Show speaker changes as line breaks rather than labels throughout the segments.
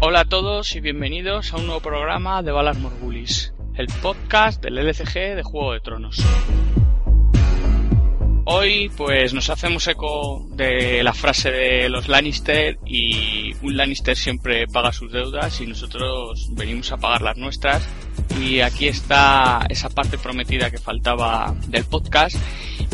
Hola a todos y bienvenidos a un nuevo programa de Balas Morgulis, el podcast del LCG de Juego de Tronos. Hoy pues nos hacemos eco de la frase de los Lannister y un Lannister siempre paga sus deudas y nosotros venimos a pagar las nuestras y aquí está esa parte prometida que faltaba del podcast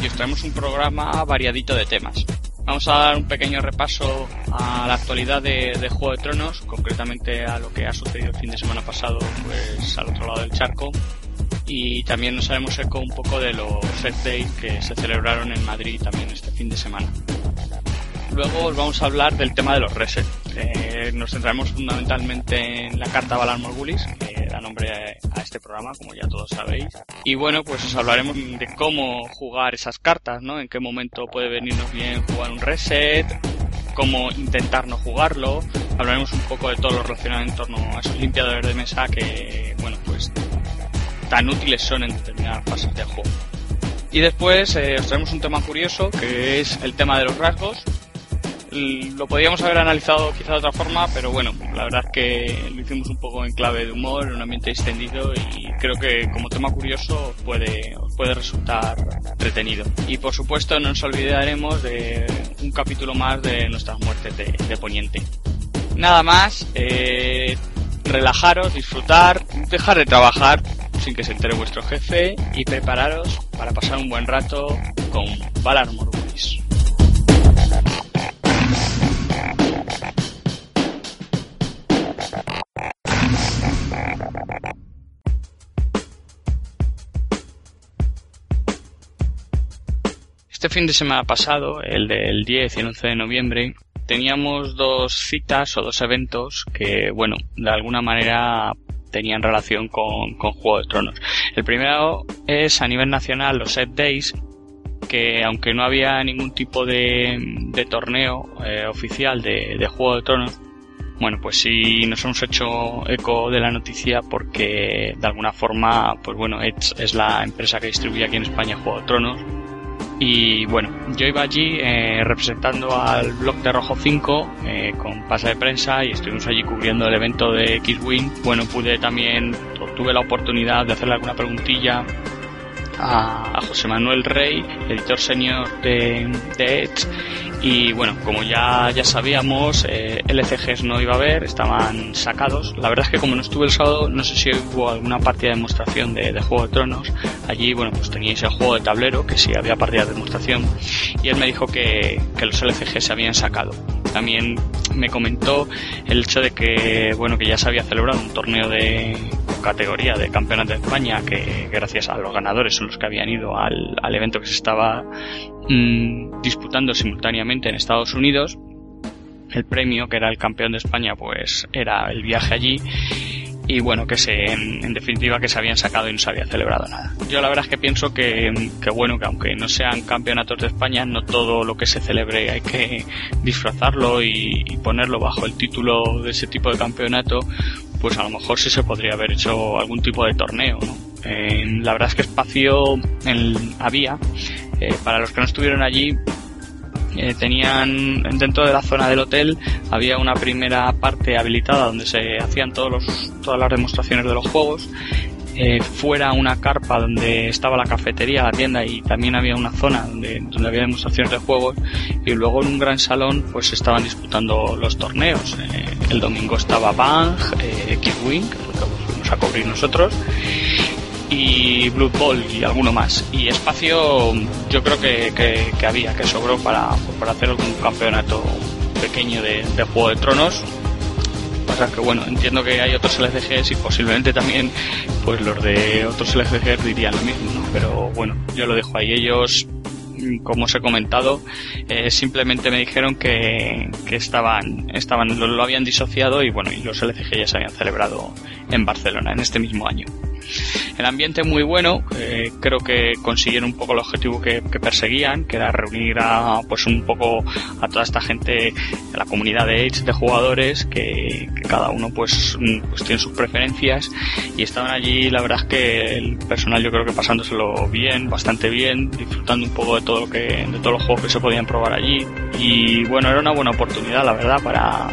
y os traemos un programa variadito de temas. Vamos a dar un pequeño repaso a la actualidad de, de Juego de Tronos, concretamente a lo que ha sucedido el fin de semana pasado pues al otro lado del charco y también nos haremos eco un poco de los Fed Days que se celebraron en Madrid también este fin de semana. Luego os vamos a hablar del tema de los resets. Eh, nos centraremos fundamentalmente en la carta Valar Morgulis, que da nombre a este programa, como ya todos sabéis. Y bueno, pues os hablaremos de cómo jugar esas cartas, ¿no? En qué momento puede venirnos bien jugar un reset, cómo intentar no jugarlo. Hablaremos un poco de todo lo relacionado en torno a esos limpiadores de mesa que, bueno, pues tan útiles son en determinadas fases del juego. Y después eh, os traemos un tema curioso que es el tema de los rasgos. L- Lo podíamos haber analizado quizá de otra forma, pero bueno, la verdad es que lo hicimos un poco en clave de humor, en un ambiente distendido y creo que como tema curioso os puede, os puede resultar entretenido. Y por supuesto no nos olvidaremos de un capítulo más de nuestras muertes de- de Poniente. Nada más, eh, relajaros, disfrutar, dejar de trabajar sin que se entere vuestro jefe y prepararos para pasar un buen rato con Valar Morgulis. Este fin de semana pasado, el del 10 y el 11 de noviembre, teníamos dos citas o dos eventos que, bueno, de alguna manera tenían relación con, con Juego de Tronos. El primero es a nivel nacional los Set Days, que aunque no había ningún tipo de, de torneo eh, oficial de, de Juego de Tronos, bueno, pues sí nos hemos hecho eco de la noticia porque de alguna forma, pues bueno, Edge es la empresa que distribuye aquí en España Juego de Tronos y bueno, yo iba allí eh, representando al blog de Rojo 5 eh, con pasa de prensa y estuvimos allí cubriendo el evento de X-Wing. Bueno, pude también, o tuve la oportunidad de hacerle alguna preguntilla a, a José Manuel Rey, editor senior de, de Edge. Y bueno, como ya, ya sabíamos, eh, LCGs no iba a haber, estaban sacados. La verdad es que como no estuve el sábado, no sé si hubo alguna partida de demostración de, de Juego de Tronos. Allí, bueno, pues teníais el juego de tablero, que sí había partidas de demostración. Y él me dijo que, que los LCGs se habían sacado. También me comentó el hecho de que, bueno, que ya se había celebrado un torneo de categoría de campeonato de España, que gracias a los ganadores son los que habían ido al, al evento que se estaba mm, disputando simultáneamente en Estados Unidos. El premio, que era el campeón de España, pues era el viaje allí. Y bueno, que se, en, en definitiva, que se habían sacado y no se había celebrado nada. Yo la verdad es que pienso que, que bueno, que aunque no sean campeonatos de España, no todo lo que se celebre hay que disfrazarlo y, y ponerlo bajo el título de ese tipo de campeonato, pues a lo mejor sí se podría haber hecho algún tipo de torneo, ¿no? Eh, la verdad es que espacio en- había, eh, para los que no estuvieron allí, eh, tenían dentro de la zona del hotel había una primera parte habilitada donde se hacían todos los, todas las demostraciones de los juegos. Eh, fuera una carpa donde estaba la cafetería, la tienda y también había una zona donde, donde había demostraciones de juegos y luego en un gran salón pues se estaban disputando los torneos. Eh, el domingo estaba Bang, eh, Kid Wing, que fue lo que fuimos a cubrir nosotros, y Blue Ball y alguno más. Y espacio yo creo que, que- que había, que sobró para, para hacer algún campeonato pequeño de, de Juego de Tronos. Pues cosas que bueno, entiendo que hay otros LCGs y posiblemente también pues los de otros LCGs dirían lo mismo, ¿no? Pero bueno, yo lo dejo ahí. Ellos como os he comentado, eh, simplemente me dijeron que, que estaban, estaban lo, lo, habían disociado y bueno, y los LCG ya se habían celebrado en Barcelona en este mismo año. El ambiente muy bueno, eh, creo que consiguieron un poco el objetivo que, que, perseguían, que era reunir a pues un poco a toda esta gente, a la comunidad de Age de jugadores, que, que cada uno pues, pues tiene sus preferencias y estaban allí, la verdad es que el personal yo creo que pasándoselo bien, bastante bien, disfrutando un poco de todo lo que, de todos los juegos que se podían probar allí. Y bueno, era una buena oportunidad, la verdad, para,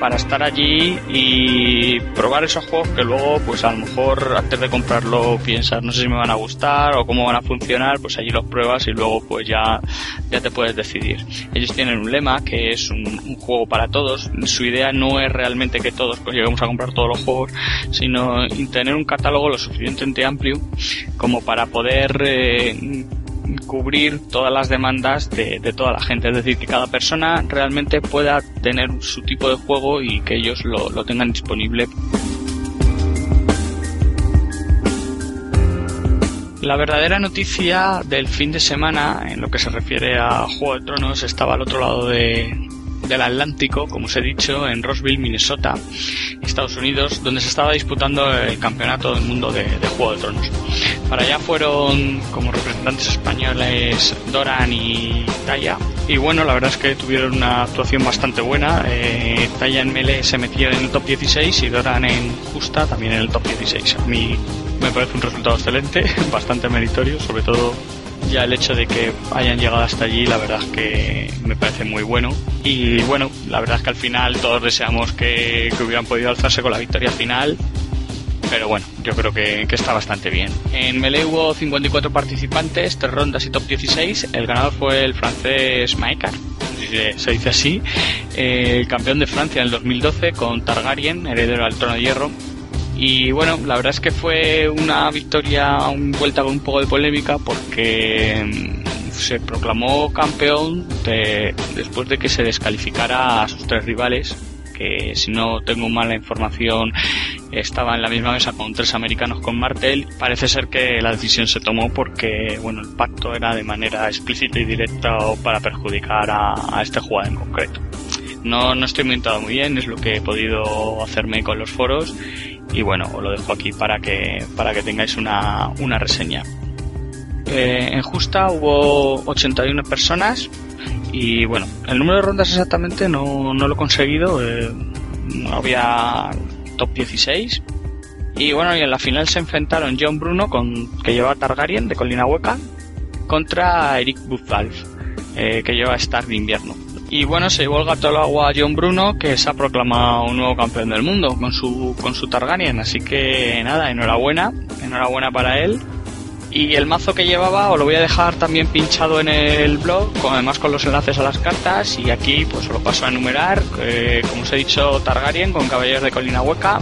para estar allí y probar esos juegos que luego, pues a lo mejor antes de comprarlo piensas, no sé si me van a gustar o cómo van a funcionar, pues allí los pruebas y luego pues ya, ya te puedes decidir. Ellos tienen un lema que es un, un juego para todos. Su idea no es realmente que todos pues lleguemos a comprar todos los juegos, sino tener un catálogo lo suficientemente amplio como para poder eh, cubrir todas las demandas de, de, toda la gente. Es decir, que cada persona realmente pueda tener su tipo de juego y que ellos lo, lo tengan disponible. La verdadera noticia del fin de semana, en lo que se refiere a Juego de Tronos, estaba al otro lado de, del Atlántico, como os he dicho, en Roseville, Minnesota, Estados Unidos, donde se estaba disputando el campeonato del mundo de, de Juego de Tronos. Para allá fueron como representantes españoles Doran y Taya. Y bueno, la verdad es que tuvieron una actuación bastante buena. Eh, Taya en Melee se metía en el top 16 y Doran en Justa también en el top 16. A mí me parece un resultado excelente, bastante meritorio, sobre todo ya el hecho de que hayan llegado hasta allí la verdad es que me parece muy bueno y bueno la verdad es que al final todos deseamos que, que hubieran podido alzarse con la victoria final pero bueno, yo creo que, que está bastante bien. En Melee hubo 54 participantes, 3 rondas y top 16. El ganador fue el francés Maekar, se dice así, el campeón de Francia en el 2012 con Targaryen, heredero al trono de hierro, y bueno, la verdad es que fue una victoria, un vuelta con un poco de polémica porque mm, se proclamó campeón de, después de que se descalificara a sus tres rivales, que si no tengo mala información estaba en la misma mesa con tres americanos con Martel. Parece ser que la decisión se tomó porque bueno, el pacto era de manera explícita y directa para perjudicar a, a este jugador en concreto. No, no estoy inventado muy bien, es lo que he podido hacerme con los foros y bueno, os lo dejo aquí para que, para que tengáis una, una reseña. Eh, en Justa hubo 81 personas y bueno, el número de rondas exactamente no, no lo he conseguido, eh, no había top 16. Y bueno, y en la final se enfrentaron John Bruno, con, que lleva a Targaryen de Colina Hueca, contra Eric Buffalf, eh, que lleva a Star de Invierno. Y bueno, se llevó el gato al agua a John Bruno, que se ha proclamado un nuevo campeón del mundo con su, con su Targaryen. Así que nada, enhorabuena, enhorabuena para él. Y el mazo que llevaba os lo voy a dejar también pinchado en el blog, con, además con los enlaces a las cartas. Y aquí pues os lo paso a enumerar. Eh, como os he dicho, Targaryen con Caballeros de Colina Hueca.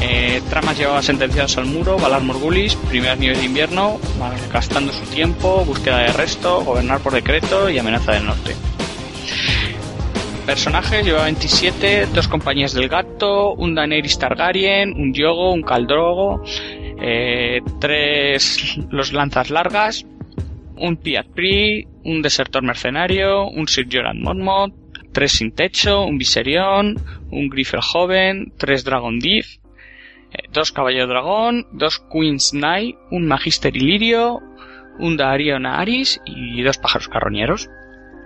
Eh, tramas llevaba sentenciados al muro, Valar Morgulis, primer nivel de invierno, gastando su tiempo, búsqueda de resto, gobernar por decreto y amenaza del norte personajes, lleva 27, dos compañías del gato, un Daenerys Targaryen, un Yogo, un Caldrogo, eh, tres los lanzas largas, un Piat Pri, un desertor mercenario, un Sir Jorah Mormont, tres sin techo, un Viserion, un Griffel joven, tres Dragon Div, eh, dos Caballo Dragón, dos Queen's Knight, un Magister Ilirio, un Daarion Aris y dos pájaros carroñeros.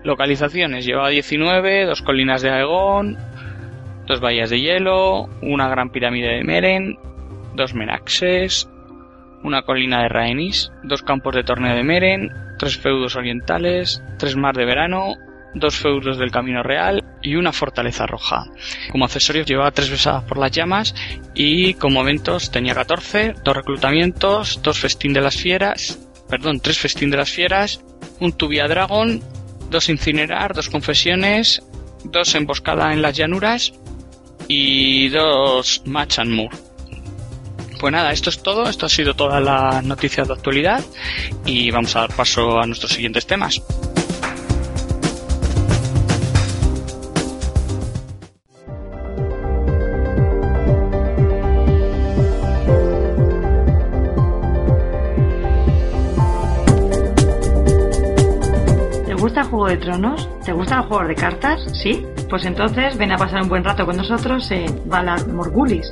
Localizaciones: llevaba 19, dos colinas de Aegon, dos bahías de hielo, una gran pirámide de Meren, dos Menaxes, una colina de Raenis, dos campos de torneo de Meren, tres feudos orientales, tres mar de verano, dos feudos del camino real y una fortaleza roja. Como accesorios llevaba tres besadas por las llamas y como eventos tenía 14, dos reclutamientos, dos festín de las fieras, perdón, tres festín de las fieras, un tubia dragón, dos incinerar, dos confesiones, dos emboscada en las llanuras y dos match and move. Pues nada, esto es todo, esto ha sido todas las noticias de actualidad y vamos a dar paso a nuestros siguientes temas.
gusta Juego de Tronos? ¿Te gusta el juego de cartas? ¿Sí? Pues entonces ven a pasar un buen rato con nosotros en Valar Morgulis,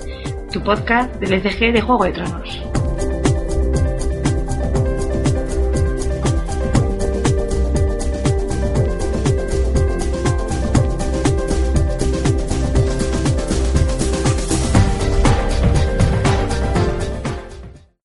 tu podcast del ECG de Juego de Tronos.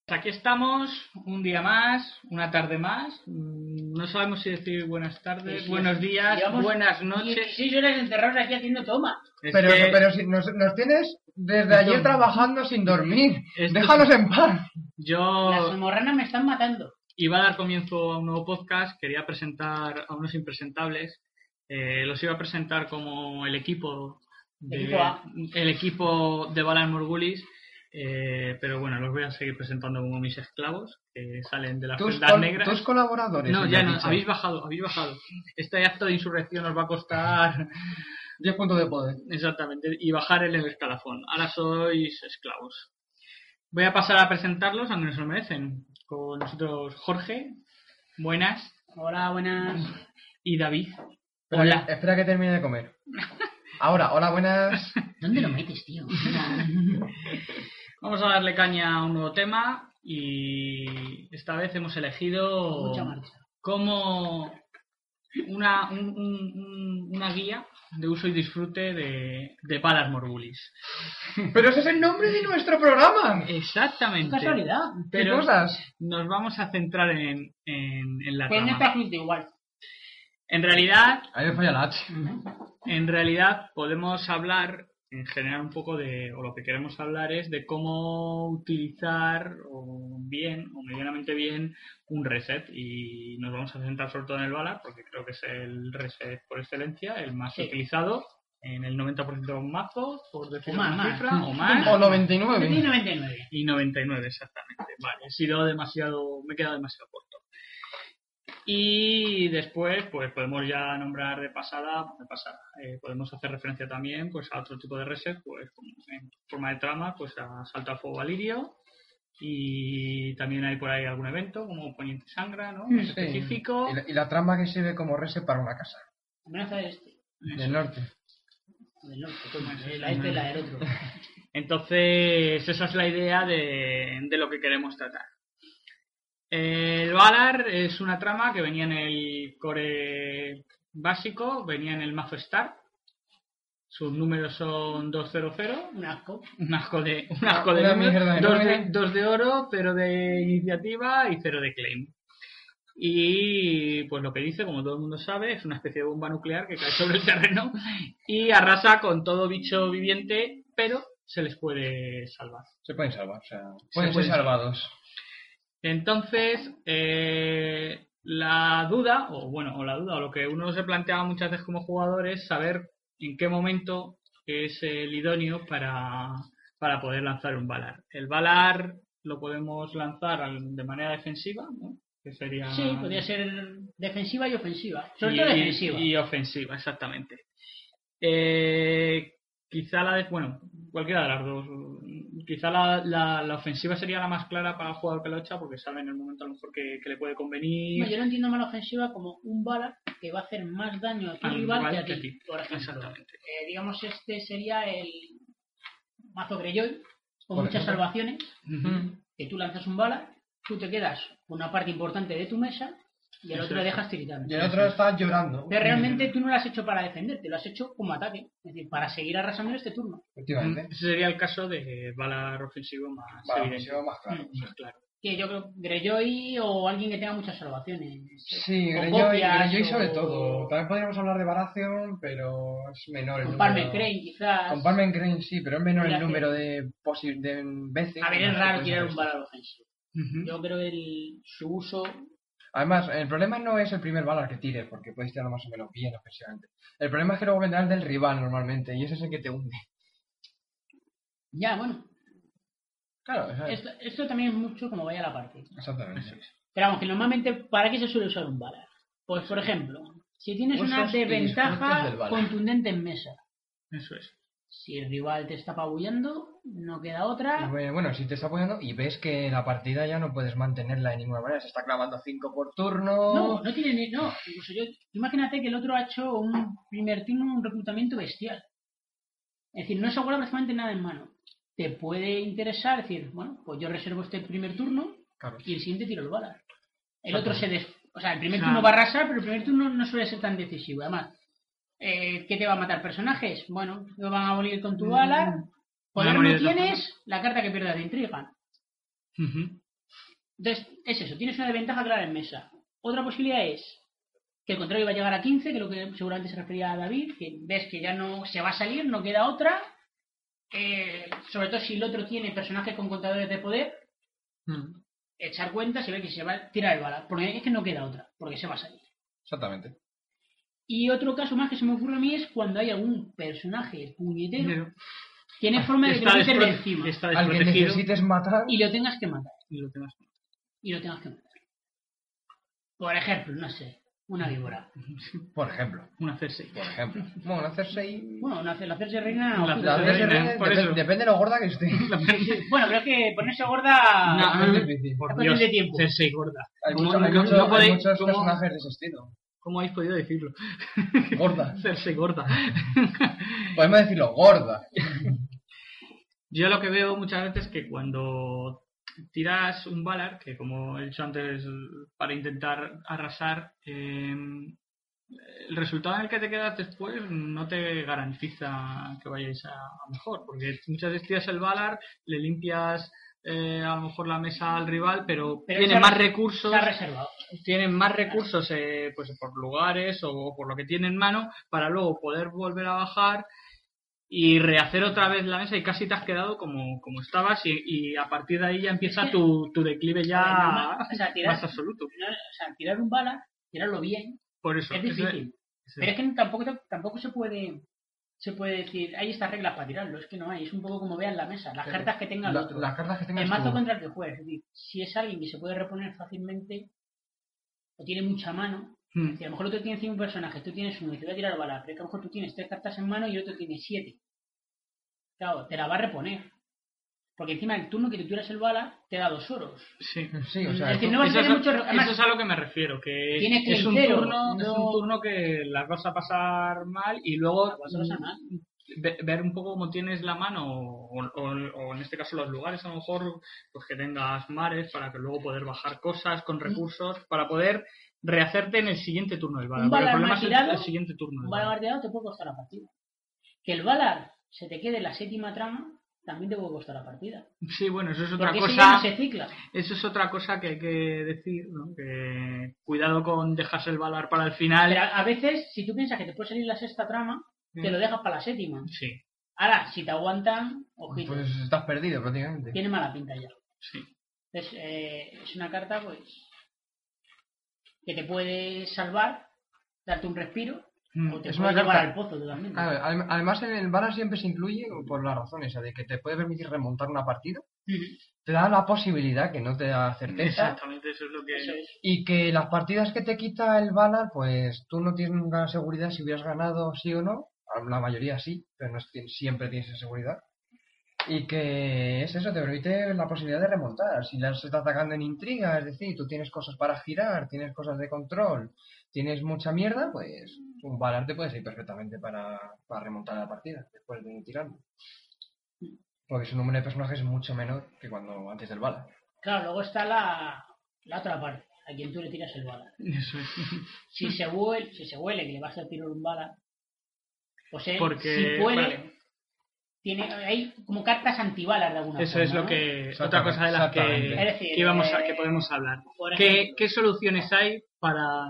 Pues aquí estamos, un día más, una tarde más. Mm, No sabemos si decir buenas tardes,
Sí, sí.
buenos días,
Llevamos
buenas noches.
16 horas encerrados aquí haciendo toma.
Es
Pero,
que
pero si nos, nos tienes desde ayer trabajando sin dormir.
Esto-
Déjanos en paz.
Las
yo
almorranas me están matando.
iba a dar comienzo a un nuevo podcast, quería presentar a unos impresentables. Eh, los iba a presentar como el equipo de,
Equipo A.
el equipo de Valar Morgulis. eh, pero bueno, los voy a seguir presentando como mis esclavos que salen de las
Tus,
celdas
col-
negras.
tus colaboradores.
No,
me
ya
has
no,
dicho.
habéis bajado, habéis bajado. Este acto de insurrección os va a costar
10 puntos de poder.
exactamente y bajar el escalafón. Ahora sois esclavos. Voy a pasar a presentarlos, aunque no se lo merecen. Con nosotros Jorge, buenas,
Hola, buenas.
y David.
Pero
Hola.
Espera que termine de comer. Ahora, hola, buenas.
¿Dónde lo metes, tío?
Vamos a darle caña a un nuevo tema y esta vez hemos elegido
Mucha marcha.
como una, un- un- un- una guía de uso y disfrute de, de Valar Morgulis.
Pero ese es el nombre de nuestro programa.
Qué
Exactamente.
casualidad.
¿Qué
Pero
cosas?
nos vamos a centrar en, en, en la
Pues en este
trama.
asunto igual.
En realidad,
Ahí me falla la H.
en realidad podemos hablar en general un poco de, o lo que queremos hablar es de cómo utilizar o bien, o medianamente bien, un reset. Y nos vamos a centrar sobre todo en el Valar, porque creo que es el reset por excelencia, el más
Sí.
utilizado en el 90% de los mazos, por decir
O más,
una
más.
cifra, o
Ah, O
más.
99.
99.
y 99 exactamente. Vale, he sido demasiado, me he quedado demasiado corto. Y después, pues podemos ya nombrar de pasada, de pasada, eh, podemos hacer referencia también, pues a otro tipo de reset, pues como en forma de trama, pues a Salto a Fuego Valirio y también hay por ahí algún evento como Poniente Sangra, ¿no?
Mm, Sí.
Específico.
Y la, y la trama que sirve como reset para una casa.
Amenaza del este.
Del norte.
Del norte, coño. La este y la del otro.
Entonces, esa es la idea de, de lo que queremos tratar. El Valar es una trama que venía en el core básico, venía en el mazo Star. Sus números son 200,
Un asco.
un asco de, un asco de,
Ah, Una
números,
mierda de
dos, de
número.
dos de oro, pero de iniciativa y cero de claim. Y pues lo que dice, como todo el mundo sabe, es una especie de bomba nuclear que cae sobre el terreno y arrasa con todo bicho viviente, pero se les puede salvar.
Se pueden salvar. O sea, pueden ser
pueden
salvados.
Entonces, eh, la duda, o bueno, o la duda, o lo que uno se planteaba muchas veces como jugador es saber en qué momento es el idóneo para, para poder lanzar un Valar. El Valar lo podemos lanzar al- de manera defensiva, ¿no? Que sería...
Sí, podría ser defensiva y ofensiva. Sobre
y,
todo defensiva.
y ofensiva, exactamente. Eh, quizá la de, bueno, cualquiera de las dos. Quizá la, la- la ofensiva sería la más clara para el jugador que lo echa porque sabe en el momento a lo mejor que, que le puede convenir.
No, yo no entiendo más la ofensiva como un bala que va a hacer más daño a tu
Al
rival
rival
que a
que a
ti,
ti.
por ejemplo.
Exactamente.
Eh, digamos, este sería el mazo Greyjoy, con
Por
muchas
ejemplo.
salvaciones,
Ujú.
que tú lanzas un bala, tú te quedas con una parte importante de tu mesa y el
Exacto.
otro lo dejas tiritando.
Y el otro está llorando.
Pero realmente
Mm.
tú no lo has hecho para defenderte, lo has hecho como ataque, es decir, para seguir arrasando en este turno.
Efectivamente.
Ese sería el caso de Valar ofensivo más
Vale,
evidente.
sigo más claro.
Mm, más claro.
Que yo creo Greyjoy o alguien que tenga muchas salvaciones.
Sí,
O
Greyjoy,
copias,
Greyjoy sobre
o-
todo. También podríamos hablar de Baratheon, pero es menor el número.
Con Parmen Crane, quizás.
Con Parmen Crane sí, pero es menor el
Gracias.
número de, posi- de veces.
A ver, es
que
raro
puedes
tirar
hacer
un
esto.
bala ofensivo.
Ujú.
Yo creo que el, su uso
Además, el problema no es el primer Valar que tires, porque puedes tirarlo más o menos bien ofensivamente. El problema es que luego vendrá el del rival normalmente, y ese es el que te hunde.
Ya, bueno.
Claro, esa-
Esto, esto también es mucho como vaya la parte.
exactamente.
Pero vamos, que normalmente, ¿para qué se suele usar un bala? Pues, por ejemplo, si tienes una
Usos y disfrutes
desventaja
del bala.
contundente en mesa,
Eso es.
Si el rival te está apabullando, no queda otra.
Y bueno, bueno, si te está apoyando y ves que la partida ya no puedes mantenerla de ninguna manera, se está clavando 5 por turno.
No, no tiene ni- No, incluso yo. Imagínate que el otro ha hecho un primer turno, un reclutamiento bestial. Es decir, no se guarda prácticamente nada en mano. Te puede interesar decir, bueno, pues yo reservo este primer turno
Claro.
y el siguiente tiro el bala. El
Exacto.
otro se des... O sea, el primer
Claro.
turno va a arrasar, pero el primer turno no suele ser tan decisivo. Además, eh, ¿qué te va a matar? ¿Personajes? Bueno, no van a morir con tu bala.
Mm.
Poder
Van a
no
morir de todas
tienes, la carta que pierdas de intriga. Entonces, es eso, tienes una desventaja clara en mesa. Otra posibilidad es que el contrario va a llegar a 15, que es lo que seguramente se refería a David, que ves que ya no se va a salir, no queda otra. Eh, sobre todo si el otro tiene personajes con contadores de poder,
Mm,
echar cuenta, se ve que se va a tirar el bala, porque es que no queda otra, porque se va a salir.
Exactamente.
Y otro caso más que se me ocurre a mí es cuando hay algún personaje puñetero,
Pero
tiene forma de que te
Está,
lo metes de
despro-
encima
está
Al que
desprotegido.
necesites matar.
y lo tengas que matar.
y lo tengas-
Y lo tengas que matar. Por ejemplo, no sé, una víbora.
Por ejemplo.
Una Cersei.
Por ejemplo. Bueno, hacerse y.
Bueno, la, la Cersei reina.
La-
o-
La
la-
hacerse
reina,
reina
por
depe-
eso.
depende de lo gorda que esté.
Bueno, creo que ponerse gorda.
No,
es difícil.
Por
Es cuestión
Dios,
de tiempo.
Cersei gorda.
Hay,
¿Cómo-
mucho- hay
no-
mucho-
no
hay
podéis-
muchos
cómo-
personajes de ese estilo.
¿Cómo habéis podido decirlo?
Gorda.
Cersei gorda.
Podemos decirlo, gorda.
Yo lo que veo muchas veces es que cuando tiras un Valar, que como he dicho antes, para intentar arrasar, eh, el resultado en el que te quedas después no te garantiza que vayáis a, a mejor, porque muchas veces tiras el Valar, le limpias eh, a lo mejor la mesa al rival, pero,
Pero
tiene
esa-
más
más recursos
Está reservado.
tienen más recursos eh, pues por lugares o por lo que tienen en mano para luego poder volver a bajar y rehacer otra vez la mesa y casi te has quedado como, como estabas y, y a partir de ahí ya empieza tu, tu declive ya
O sea, tirar,
Ah, más absoluto.
no, o sea, tirar un bala, tirarlo bien,
Por eso.
es
eso
difícil.
es-
Pero es que tampoco, tampoco se puede. Se puede decir, hay estas reglas para tirarlo, es que no hay, es un poco como vean la mesa, las
Sí.
cartas que tenga el
La-
otro,
las cartas que tengas
el mazo
tú.
contra el que juegues, es decir, si es alguien que se puede reponer fácilmente, o tiene mucha mano,
Mm.
si a lo mejor el otro tiene cinco personajes, tú tienes uno y te voy a tirar bala, pero es que a lo mejor tú tienes tres cartas en mano y el otro tiene siete. Claro, te la va a reponer. Porque encima el turno que te tiras el bala te da dos oros.
Sí.
Sí, o sea,
Es que
tú-
no vas
eso,
a
es,
tener mucho... además,
eso es a lo que me refiero, que
Tienes
es un,
clientela,
turno, es
no-
un turno que las vas a pasar mal y luego
Las vas a
Mm.
pasar mal.
ve- ver un poco cómo tienes la mano o, o- o en este caso los lugares a lo mejor pues que tengas mares para que luego poder bajar cosas con recursos para poder rehacerte en el siguiente turno del bala.
Un
porque el
Valar
problema
mal
es el-
tirado,
el, siguiente turno. del
un
Valar.
Valar guardado te puede costar la partida. Que el Valar se te quede en la séptima trama también te puede costar la partida.
Sí, bueno, eso es otra
Porque ese
cosa.
ya no se cicla.
Eso es otra cosa que hay que decir, ¿no? que cuidado con dejarse el balar para el final.
Pero a a veces, si tú piensas que te puede salir la sexta trama,
Mm.
te lo dejas para la séptima.
Sí,
Ahora, si te aguantan, ojito,
Pues estás perdido prácticamente.
tiene mala pinta ya.
sí.
Entonces, eh, es una carta, pues, que te puede salvar, darte un respiro, o te
es
puede
una
llevar
carta-
al pozo totalmente.
Claro, adem- además en el Valor siempre se incluye por la razón esa de que te puede permitir remontar una partida,
Ujú.
te da la posibilidad que no te da certeza
Exactamente, eso es lo que.
Eso ¿eh? es.
y que las partidas que te quita el Valar, pues tú no tienes ninguna seguridad si hubieras ganado sí o no, la mayoría sí, pero no es- siempre tienes esa seguridad. Y que es eso, te permite la posibilidad de remontar. Si las estás atacando en intriga, es decir, tú tienes cosas para girar, tienes cosas de control, tienes mucha mierda, pues un Valar te puede servir perfectamente para, para remontar la partida después de tirarlo. Porque su número de personajes es mucho menor que cuando antes del Valar.
Claro, luego está la, la otra parte, a quien tú le tiras el bala.
Eso es.
Si se huele, si se huele que le vas a tirar un bala, pues él,
Porque,
si puede,
vale.
tiene, hay como cartas antibalas de alguna
Eso
forma,
es lo
¿no?
que.
Exactamente,
Otra cosa de las que,
exactamente.
Es decir,
que íbamos a-
eh,
que podemos hablar.
Por
¿Qué,
ejemplo,
qué soluciones hay para,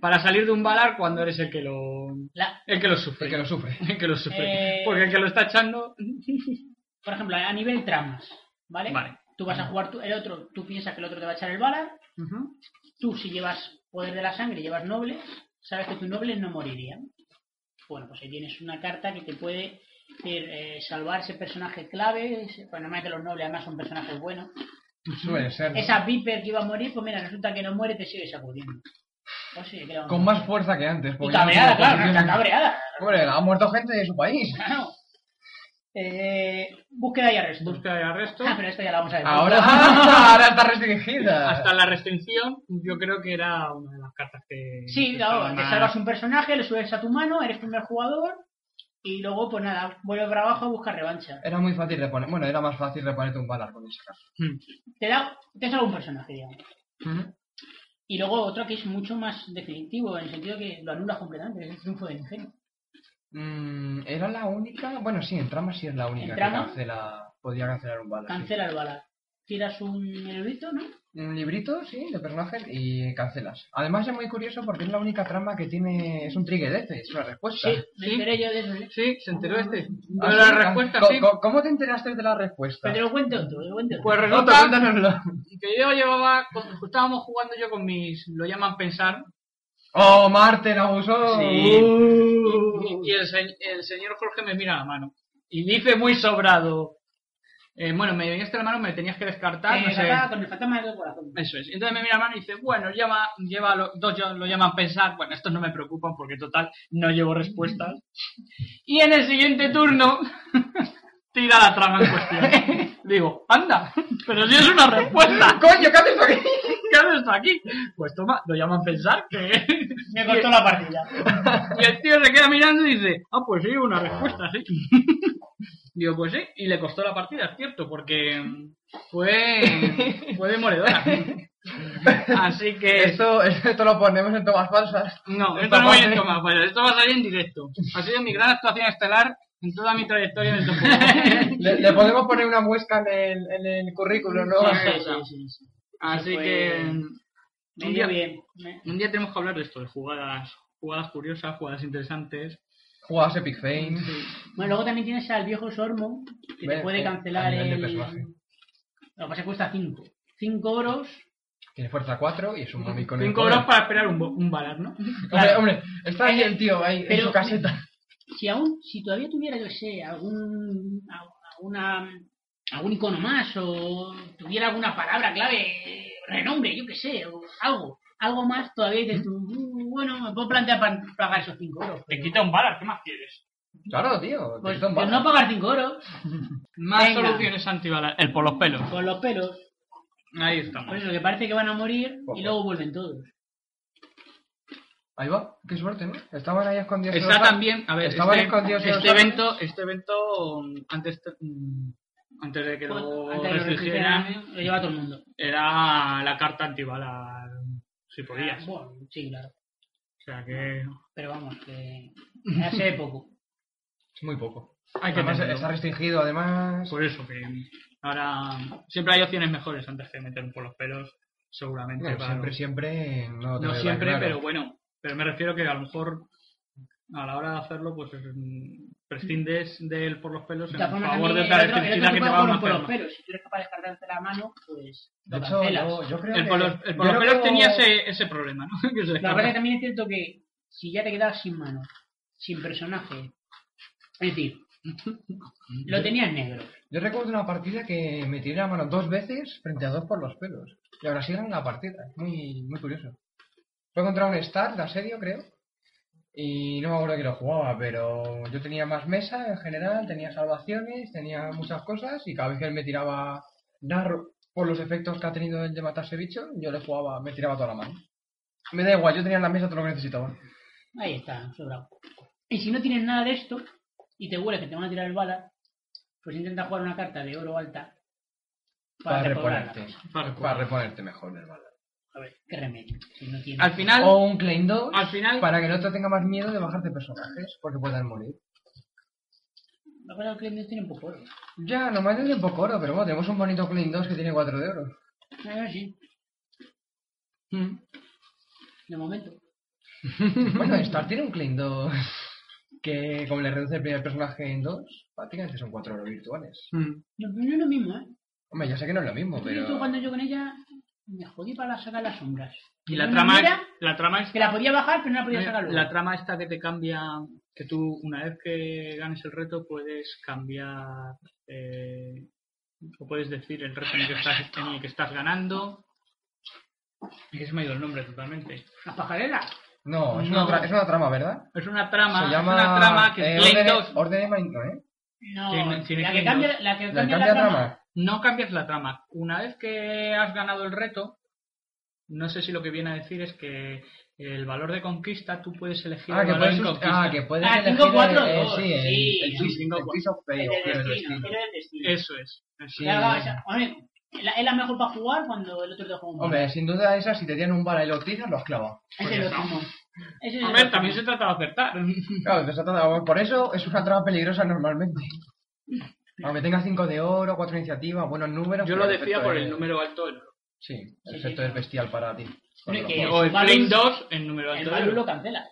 para salir de un balar cuando eres el que lo,
la-
el que lo
El
sufre?
que lo sufre.
El que lo sufre.
Eh,
Porque el que lo está echando.
por ejemplo, a nivel tramas, ¿vale?
Vale.
Tú vas a jugar tú- el otro, tú piensas que el otro te va a echar el bala, tú si llevas poder de la sangre, llevas nobles, sabes que tus nobles no morirían. Bueno, pues ahí tienes una carta que te puede hacer, eh, salvar ese personaje clave, ese- pues normalmente los nobles además son personajes buenos.
Suele ser. ¿no?
Esa Viper que iba a morir, pues mira, resulta que no muere y te sigue sacudiendo. Pues sí, que era un-
Con más fuerza que antes.
Y
ya no
cabreada,
tiene
claro,
posición.
está cabreada.
Hombre, ha muerto gente de su país.
Claro. Eh, búsqueda y arresto.
Búsqueda de arresto.
Ah, pero esto ya la vamos a ver. Ah,
Ahora, ahora está restringida.
Hasta la restricción, yo creo que era una de las cartas que.
Sí,
que
claro,
estaba
te
más-
salvas un personaje, le subes a tu mano, eres primer jugador y luego, pues nada, vuelves para abajo a buscar revancha.
Era muy fácil de poner. Bueno, era más fácil de ponerte un balar con esa carta.
Te da, te salva un personaje, digamos. Y luego otro que es mucho más definitivo, en el sentido que lo anulas completamente, es el triunfo del ingenio.
Mm, era la única. Bueno, sí, en trama sí es la única
¿En
que
trama?
cancela. Podía cancelar un balar. sí.
Cancela el bala. Tiras un erudito, ¿no?
Un librito, sí, de personajes y cancelas. Además es muy curioso porque es la única trama que tiene. Es un trigger F, es una respuesta.
Sí, me
Sí.
enteré yo de eso. ¿eh?
Sí, se enteró este.
Ah,
Pero la
sí,
respuesta,
¿cómo-
sí.
¿Cómo, cómo te enteraste de la respuesta?
Pero te lo cuento tú, te lo cuento tú.
Pues
Otto,
resulta
cuéntanoslo.
que yo llevaba. con- Estábamos jugando yo con mis. Lo llaman pensar.
¡Oh, Marten abusó!
Sí.
Uh.
Y el, se- el señor Jorge me mira la mano. Y dice muy sobrado. eh, bueno, me enviaste la mano, me tenías que descartar,
Eh,
no sé.
acá con el fantasma del corazón.
Eso es. Entonces me mira la mano y dice, bueno, llama, lleva lo- dos ya- lo llaman pensar, bueno, estos no me preocupan porque total no llevo respuestas. Y en el siguiente turno tira la trama en cuestión. Digo, anda, pero si es una respuesta,
¡Coño, qué haces aquí!
¿qué haces tú aquí? Pues toma, lo llaman pensar que...
Me costó la partida.
Y el tío se queda mirando y dice, ah, pues sí, una respuesta, sí. Digo, pues sí, y le costó la partida, es cierto, porque mm, fue, fue demoledora. Así que...
Esto, esto lo ponemos en tomas falsas.
No,
Esta
esto no voy a
parte-
tomar, bueno, esto va a salir en directo. Ha sido mi gran actuación estelar en toda mi trayectoria en el juego.
Le, le podemos poner una muesca en el, en el currículum, ¿no?
Sí, sí,
sí, sí.
Así
Fue-
que
Me
Un
dio
día-
bien. Me-
un día tenemos que hablar de esto, de jugadas, jugadas curiosas, jugadas interesantes.
Juegas Epic Fame.
Bueno, luego también tienes al viejo Sormo, que te
Bueno,
puede
eh, a
cancelar
nivel de
el...
personaje.
Lo que pasa es que cuesta 5. 5 oros.
Tiene fuerza 4 y es un móvil con el
Cinco Eh,
poder.
euros para esperar un, bo- un balar, ¿no?
Claro.
Hombre, hombre, está ahí el tío, ahí en
Pero-
su caseta.
Si aún, si todavía tuviera, yo qué sé, algún... a- alguna algún icono más o tuviera alguna palabra clave, eh, renombre, yo qué sé, o algo, algo más, todavía dices tú, "Mm, bueno, me puedo plantear pa- pagar esos 5 euros.
Te
pero-
quita un balar, ¿qué más quieres?
Claro, tío.
Pues,
te hizo un
pues
bar.
no pagar 5 euros,
Más
Venga.
soluciones antibalar, el por los pelos.
con los pelos,
Ahí
por
estamos.
eso que parece que van a morir
Ojo.
y luego vuelven todos.
Ahí va, qué suerte, ¿no? Estaban ahí escondidos. en
Está
los bar-
también, a ver,
Estaban
este,
escondidos en los
este
árboles.
evento, este evento mm, antes, mm, antes de que lo
Pues, Antes de que lo
restringieran,
refrigeraran, lo lleva todo el mundo.
era la carta antibalar, si podías. O
Ah, Bueno, sí, claro.
sea que
Pero vamos, que hace poco.
Es muy poco.
hay que
Además,
Pues, meterlo.
está restringido, además.
Por eso que ahora siempre hay opciones mejores antes que meter por los pelos, seguramente.
No,
para-
siempre, siempre. No, te
no
va a
siempre,
claro.
pero bueno. Pero me refiero que a lo mejor a la hora de hacerlo, pues mm, prescindes de él por los pelos
De
en
todas formas,
favor de
también
otra
el otro- el
electricidad
otro
que te
juega
va a
con un
hacer
polo,
más.
Pero si tú eres capaz de descartarte la mano, pues
De
lo
hecho,
cancelas.
yo, yo creo
El
que.
por los, el por
yo
los
lo
pelos
veo-
tenía ese, ese problema, ¿no? Que se
La verdad que también es cierto que si ya te quedas sin mano, sin personaje, es decir,
Mm,
lo tenías negro.
Yo recuerdo una partida que me tiré la mano dos veces frente a dos por los pelos. Y ahora sí gané la partida. Muy, muy curioso. Fue contra un Star de asedio, creo. Y no me acuerdo que lo jugaba, pero yo tenía más mesa en general, tenía salvaciones, tenía muchas cosas. Y cada vez que él me tiraba Narro por los efectos que ha tenido el de matarse bicho, yo le jugaba, me tiraba toda la mano. Me da igual, yo tenía en la mesa todo lo que necesitaba.
Ahí está, sobrado. Y si no tienes nada de esto y te huele que te van a tirar el bala, pues intenta jugar una carta de oro alta para,
Para
pues
reponerla.
reponerte. Para reponerte mejor, hermano.
A ver, qué remedio. Si no tienes...
Al final,
O un Klein 2.
al final,
Para que no te tenga más miedo de bajarte personajes, porque puedan morir.
La cosa es que los tienen poco oro.
Ya, nomás es de poco oro, pero bueno, tenemos un bonito Clean 2 que tiene 4 de oro.
Ah, sí,
Mm.
de momento.
bueno, Star tiene un Clean 2 que, como le reduce el primer personaje en 2, prácticamente son 4 oro virtuales.
Mm.
No, no es lo mismo, ¿eh?
Hombre, ya sé que no es lo mismo,
Yo
pero.
cuando yo con ella me jodí para sacar las sombras.
y la
Una
trama,
mira
la trama es Eh,
que la podía bajar, pero no la podía sacar luego.
La trama esta que te cambia, que tú una vez que ganes el reto puedes cambiar eh, o puedes decir el reto en el que estás, en el que estás ganando. Y que se me ha ido el nombre totalmente.
Las pajareras.
No, es,
No.
Una, tra- es una trama, ¿verdad?
Es una trama,
Se
es
llama.
una trama que
eh,
es Plane
órdenes-
2.
órdenes malignas, ¿eh?
No,
Tiene- tiene
la,
que
que cambia,
irnos.
la que
¿La cambia
cambia la
trama?
trama.
No cambias la trama. Una vez que has ganado el reto, no sé si lo que viene a decir es que el valor de conquista tú puedes elegir
Ah,
el
que
valor
puedes,
en
sust-
conquista.
ah, que puedes
Ah,
elegir
cinco, cuatro,
el, eh,
dos.
sí, el,
Sí,
el
no,
twist-
cinco,
el twist of fate,
El
o
del
el
destino,
destino.
pero el destino.
Eso es. eso
Sí.
Ya, va, esa- hombre, es la- es la mejor para jugar cuando el otro te juega un
Hombre, sin duda esa, si te tienen un bala y lo utilizas, los clavas.
Pues
Ese es el óptimo. Ese
es.
es
A
el
ver,
óptimo.
también se trata de acertar.
Claro, te saltan la- por eso es una trama peligrosa normalmente. Aunque tenga 5 de oro, 4 iniciativas, buenos números.
Yo
pero
lo
efecto
decía por
es-
el número alto del oro.
Sí, el
Sí,
efecto
sí.
es bestial para ti.
Hombre,
Con
que-
los-
O el
Valus-
Plane 2 en número
Eh, El
alto del
Valus lo
oro.
cancela.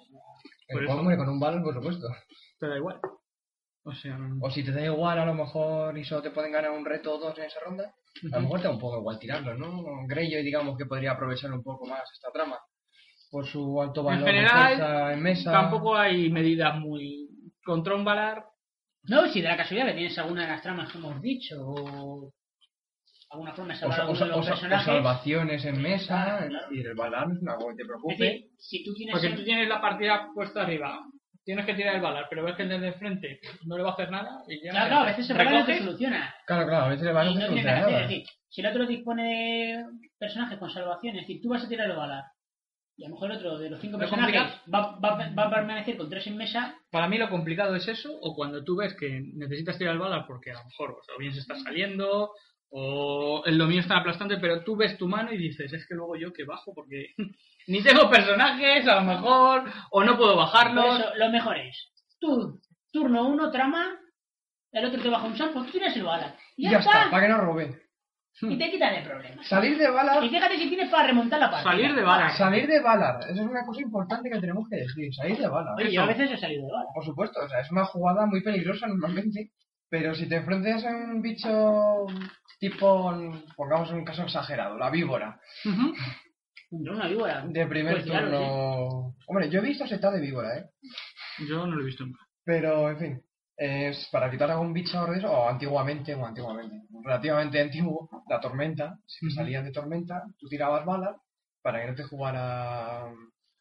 por
el
eso.
hombre con un balón, por supuesto.
Te da igual. O sea, no-
O si te da igual, a lo mejor, y solo te pueden ganar un reto o dos en esa ronda, a lo mejor te da un poco igual tirarlo, ¿no? Greyjoy, digamos que podría aprovechar un poco más esta trama. Por su alto valor de
general,
fuerza en mesa.
tampoco hay medidas muy. Contra un balar,
No, si de la casualidad que tienes alguna de las tramas que hemos dicho, o alguna forma de
O,
salvar a
o-
alguno de
o-
los
o- o
personajes.
salvaciones en mesa,
Claro, claro.
es decir, el balance, no algo que te
Es
preocupe.
decir, si tú tienes.
porque
el-
tú tienes la partida puesta arriba. Tienes que tirar el balar, pero ves que el del de frente no le va a hacer nada. Y ya
Claro, claro, a veces se no te
Recoges,
soluciona.
Claro, claro, a veces el
Y
balance
no
no
tiene
funciona
nada que
nada.
hacer. Es decir, si el otro dispone de personajes con salvación, es decir, tú vas a tirar el balar. Y a lo mejor el otro de los cinco
Lo
personajes va, va- va a permanecer con tres en mesa.
Para mí lo complicado es eso, o cuando tú ves que necesitas tirar el bala porque a lo mejor pues, o bien se está saliendo, o el dominio está aplastante, pero tú ves tu mano y dices, es que luego yo que bajo porque ni tengo personajes, a lo mejor, o no puedo
Por
bajarlos.
eso, lo mejor es: tú, turno uno, trama. El otro te baja un sampo, tú tiras el balar. Y ya,
Ya
está.
está, para que no robe.
Hmm.
Y te quitas de problemas.
Salir de
Y
Valar,
fíjate si tienes para remontar la partida.
Salir de bala.
salir de Valar, eso es una cosa importante que tenemos que decir, salir de Valar.
Oye, yo a veces he salido de bala.
Por supuesto, o sea, es una jugada muy peligrosa normalmente, pero si te enfrentas a un bicho tipo, pongamos un caso exagerado, la víbora,
Ujú.
No, una víbora.
de primer
Pues claro,
turno... Hombre, yo he visto setado de víbora, ¿eh?
Yo no lo he visto nunca.
Pero, en fin, es para quitar algún bicho ahora de eso, o antiguamente, o antiguamente, relativamente antiguo, la tormenta, si te
Ujú.
salían de tormenta, tú tirabas balas para que no te jugara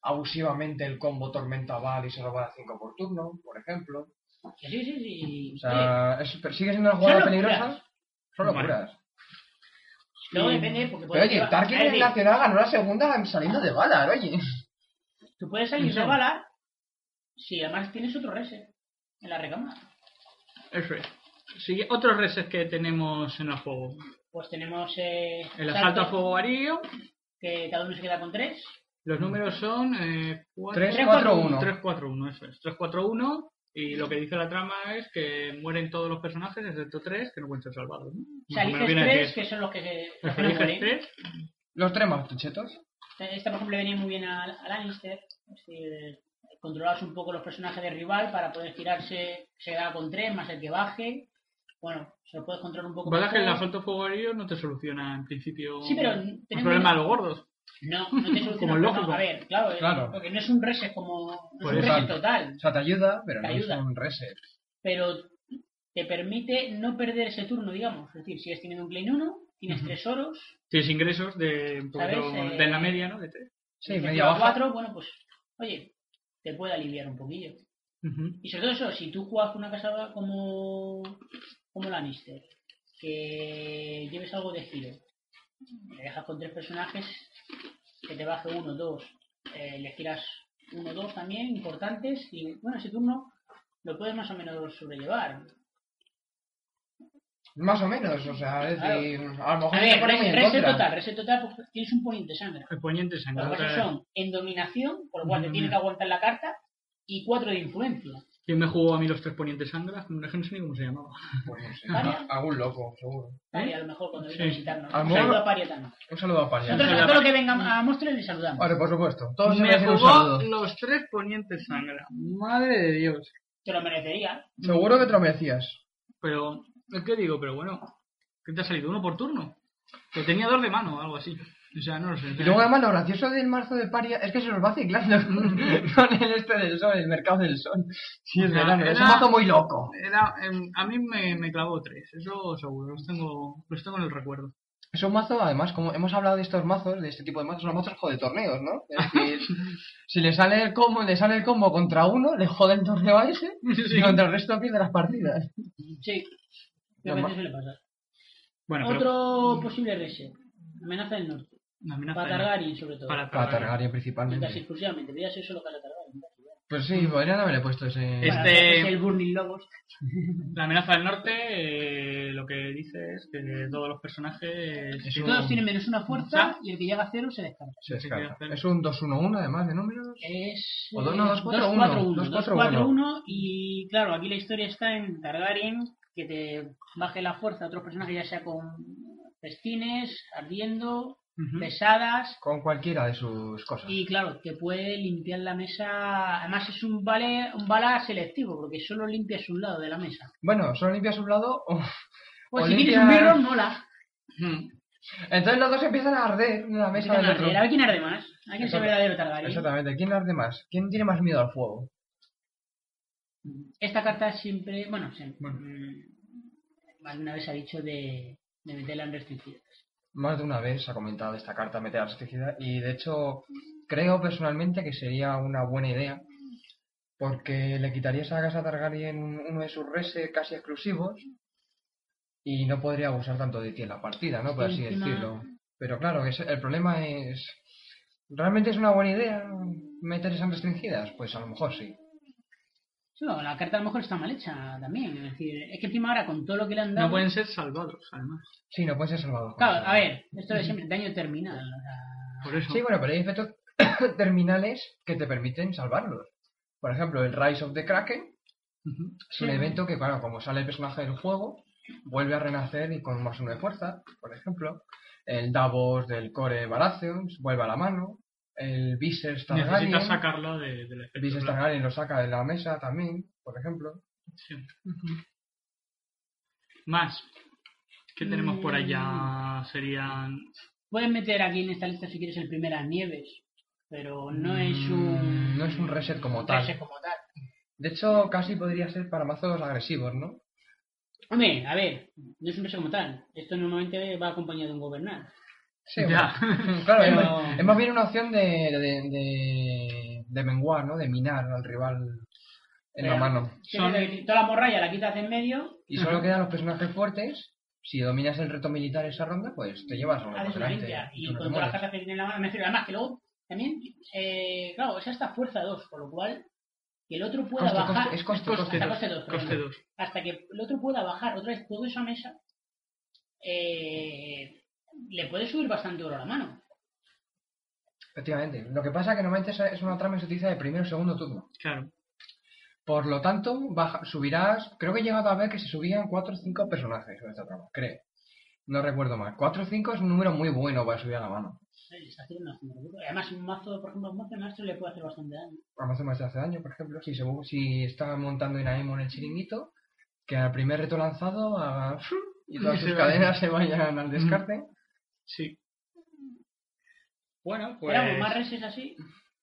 abusivamente el combo tormenta-bal y se robara 5 por turno, por ejemplo.
Sí, sí, sí.
O sea, es- pero sigue siendo una jugada
Son locuras.
peligrosa. Son
Vale.
locuras.
Luego depende, porque
Pero
puedes
oye,
llevar-
Tarkin
es
en
decir,
la ciudad ganó la segunda saliendo de balas, oye.
Tú puedes salir de
Ujú.
bala si además tienes otro reset en la recámara.
Eso es. Sigue- otros reses que tenemos en el juego.
Pues tenemos eh,
El
salto,
asalto a fuego varío.
que cada uno se queda con tres.
Los números son eh,
3, 4, 1.
3-4-1, eso es. 3-4-1. Y lo que dice la trama es que mueren todos los personajes, excepto tres, que no pueden ser salvados. ¿no?
O sea,
Más o menos
eliges
viene a
tres,
decir
que son los que,
eso.
los que no
Eliges
mueren.
tres,
Los tres mastuchetos.
Esta, Este, por ejemplo, le venía muy bien a, a Lannister. Es decir, controlarse un poco los personajes del rival para poder girarse, se da con tres, más el que baje. Bueno, se lo puedes controlar un poco
¿Verdad que el
mejor.
asalto fuego aéreo no te soluciona en principio
Sí, pero
el
tenemos-
problema de los gordos?
No, no te soluciona
Como
el
lógico.
problema. A ver, claro, eh,
Claro.
porque no es un reset como no
Pues
es un
exacto.
reset total,
O sea, te ayuda, pero
Te
no
ayuda.
es un reset.
pero te permite no perder ese turno, digamos. Es decir, sigues teniendo un Klein 1, tienes
Ujú.
tres oros,
Tienes ingresos de, un poquito-
¿Sabes? Eh,
de la media, ¿no? De tres.
Sí,
tienes
media baja.
4, bueno, pues, oye, te puede aliviar un poquillo.
Ujú.
Y sobre todo eso, si tú juegas con una casa como, como Lannister, que lleves algo de giro, le dejas con tres personajes, que te baje uno, dos, eh, le giras uno, dos también, importantes, y bueno, ese turno lo puedes más o menos sobrellevar.
Más o menos, o sea, es
Claro.
decir, a lo mejor
A
se
ver,
te pone muy
res-
en
reset
contra.
total, reset total, porque tienes un poniente de sangre.
El poniente se
Los
encuentra-
cosas son en dominación, por lo
Mm.
cual te tiene que aguantar la carta, y cuatro de influencia.
¿Quién me jugó a mí los tres ponientes sangras? No sé ni cómo se llamaba.
Pues no sé,
Vale.
a- algún loco, seguro.
Paria, a lo mejor cuando viene
Sí.
a visitarnos.
¿Eh? A lo
Un
mejor-
saludo a Paria también.
Un saludo a Paria.
Nosotros a todo lo que venga a Monstruos le saludamos.
Vale, pues- por supuesto. Todos se
Me
merecen un
jugó
saludo.
los tres ponientes sangra. Madre de Dios.
Te lo merecería.
Seguro que te lo merecías.
Pero, es que digo, pero bueno, ¿qué te ha salido? ¿Uno por turno? Que tenía dos de mano o algo así. O sea, no lo sé.
Y luego además lo gracioso del marzo de Paria es que se nos va ciclando con el este del sol, el mercado del sol. Sí, es
Era-
verano. Es un
era-
mazo muy loco.
Era, em, a mí me, me clavó tres, eso seguro, los tengo, los tengo en el recuerdo.
Es un mazo, además, como hemos hablado de estos mazos, de este tipo de mazos, son mazos jode torneos, ¿no? Es decir, si le sale el combo, le sale el combo contra uno, le jode el torneo a ese y contra el resto pierde las partidas.
Sí, que a
Normal.
veces suele pasar.
Bueno, pero
Otro posible reset. Amenaza del norte.
una amenaza
Para
de-
Targaryen, sobre todo.
para
Para
Targaryen.
Targaryen
Y casi
principalmente.
exclusivamente. Voy a hacer solo para Targaryen.
Pues sí, podrían haberle puesto ese.
Este-
Para hacer el Burning Lobos.
La amenaza del norte eh, lo que dice es que todos los personajes...
Es
tienen-
Todos tienen menos una fuerza y el que llega a cero se descarga.
se descarta.
hacer-
Es un 2-1-1 además de números.
Es. eh,
O dos, no, dos, cuatro, uno.
2-4-1.
Dos, cuatro,
2-4-1. Y claro, aquí la historia está en Targaryen, que te baje la fuerza a otros personajes, ya sea con pestines, ardiendo,
¿Mm?
Ujú.
pesadas.
Con cualquiera de sus cosas.
Y claro, te puede limpiar la mesa. Además, es un, vale, un bala selectivo, porque solo limpias un lado de la mesa.
Bueno, solo limpias un lado. o-
Pues
O
si
limpias-
tienes un mirror, mola.
Ujú.
Entonces los dos empiezan a arder en la mesa
Empiezan
del
a
otro.
arder. A ver quién arde más. A quién es el
Exacto.
verdadero Targaryen.
Exactamente. ¿Quién arde más? ¿Quién tiene más miedo al fuego?
Mm. Esta carta siempre, bueno, siempre,
Bueno.
mm, alguna vez ha dicho de, de meterla en restringida.
Más de una vez se ha comentado esta carta meter la restringida y de hecho creo personalmente que sería una buena idea porque le quitarías a Casa Targaryen un- uno de sus reses casi exclusivos y no podría abusar tanto de ti en la partida, ¿no? Por
Sí,
así
encima-
decirlo. Pero claro, que es- el problema es... ¿Realmente es una buena idea meter esas restringidas? Pues a lo mejor sí.
Sí, no, la carta a lo mejor está mal hecha también. Es decir, es que encima ahora con todo lo que le han dado.
No pueden ser salvados, además.
Sí, no puede ser salvado.
Claro, a ver, esto es siempre daño terminal. o sea,
Por eso.
Sí, bueno, pero hay efectos terminales que te permiten salvarlos. Por ejemplo, el Rise of the Kraken
Ujú.
es un
Sí.
evento que, claro, como sale el personaje del juego, vuelve a renacer y con más uno de fuerza, por ejemplo. El Davos del Core Baratheons vuelve a la mano. El Viserys Targaryen.
Necesitas sacarlo de, del
El
efecto.
Viserys
claro.
Targaryen lo saca de la mesa también, por ejemplo.
Sí. Más. ¿Qué tenemos por
Mm.
allá? Serían.
puedes meter aquí en esta lista si quieres el primeras nieves, pero no es
Mm,
un.
no es un reset como tal.
reset como tal.
De hecho, casi podría ser para mazos agresivos, ¿no?
Hombre, a ver, no es un reset como tal. Esto normalmente va acompañado de un gobernar.
Sí,
ya.
Claro, es
Pero-
más- es más bien una opción de, de, de, de menguar, ¿no? De minar al rival en la
Pero-
mano.
Son-
Tienes- Toda la morralla la quitas de en medio
Y solo quedan los personajes fuertes. Si dominas el reto militar esa ronda, pues te llevas a uno
haces
por
una
delante
limpia y
tú no te
con todas las
mueres.
cartas que tiene en la mano, me refiero, además que luego también, eh, claro, es hasta fuerza 2, por lo cual que el otro pueda
Coste, coste,
bajar
es coste,
coste
hasta
dos,
coste 2,
Coste 2.
hasta que el otro pueda bajar otra vez toda esa mesa, eh, le puede subir bastante oro a la mano.
Efectivamente. Lo que pasa es que normalmente esa- es una trama que se utiliza de primero o segundo turno.
Claro.
Por lo tanto, baja, subirás. Creo que he llegado a ver que se subían 4 o 5 personajes en esta trama, creo. No recuerdo mal. 4 o 5 es un número muy bueno para subir a la mano.
Eh, le está haciendo una jungla. Además, un mazo, por ejemplo, un mazo de maestro le puede hacer bastante daño.
Amazon más de hace daño, por ejemplo, si, se, bu- si está montando en Aemon el chiringuito, que al primer reto lanzado haga ¡fru! y todas
Y
sus
se vaya.
cadenas se vayan al descarte.
Sí. Bueno, pues.
Pero vamos, más reses así,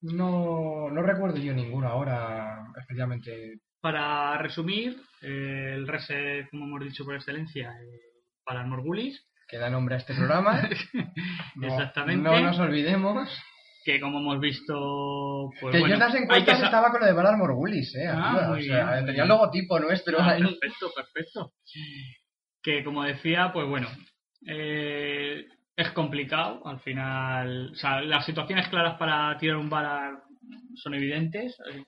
No, no recuerdo yo ninguno ahora, especialmente.
Para resumir, eh, el reset, como hemos dicho por excelencia, eh, para el Morgulis,
Que da nombre a este programa. No-
Exactamente.
No nos olvidemos.
que como hemos visto, pues
que
bueno,
yo en las
hay que
encuestas
sa-
estaba con lo de Valar Morgulis, eh.
Ah,
arriba,
muy
o sea,
bien, muy
tenía el
bien.
logotipo nuestro
Ah,
ahí.
perfecto, perfecto. Que como decía, pues bueno, eh, es complicado al final. O sea, las situaciones claras para tirar un Valar son evidentes. eh,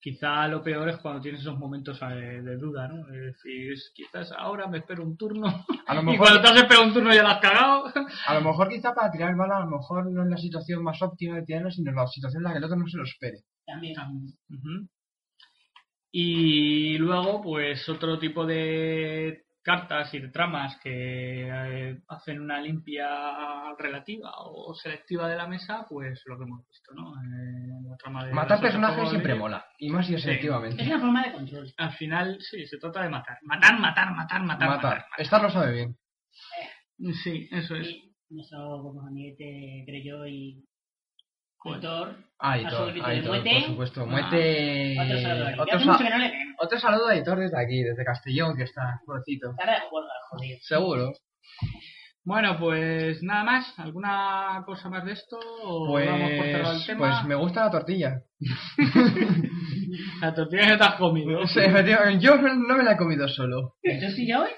Quizá lo peor es cuando tienes esos momentos eh, de duda, ¿no? Es decir, es- quizás ahora me espero un turno.
A lo
Y
mejor
cuando te has esperado un turno ya lo has cagado.
A lo mejor quizá para tirar bala, a lo mejor no es la situación más óptima de tirarlo, sino la situación en la que el otro no se lo espere.
también.
Ujú. Y luego, pues otro tipo de cartas y de tramas que eh, hacen una limpia relativa o selectiva de la mesa, pues lo que hemos visto, ¿no? Eh, la trama de
Matar
los
personajes
otros
siempre
juegos,
mola, y más si es
Sí.
Es
selectivamente.
una forma de control.
Al final, sí, se trata de matar. Matar, matar, matar, matar.
Matar. Star lo sabe bien.
Sí, eso es.
Y nuestro como amiguete Greyjoy y
Joder.
Thor
Ah, y
A su
todo,
grito
ah,
de
y todo,
muete.
por supuesto.
Ah,
Muete.
eh,
Otro saludo. Ya
Otro,
hace
sa-
mucho que no le vemos.
otro saludo a
ah,
Hitor desde aquí, desde Castellón, que está, pobrecito.
Cara de juego, jodido.
Seguro.
Bueno, pues nada más. ¿Alguna cosa más de esto? ¿O
Pues,
vamos por cerrado el tema?
pues me gusta la tortilla.
La tortilla que te has comido.
Sí, efectivamente, Yo no me la he comido solo.
Entonces, ya hoy?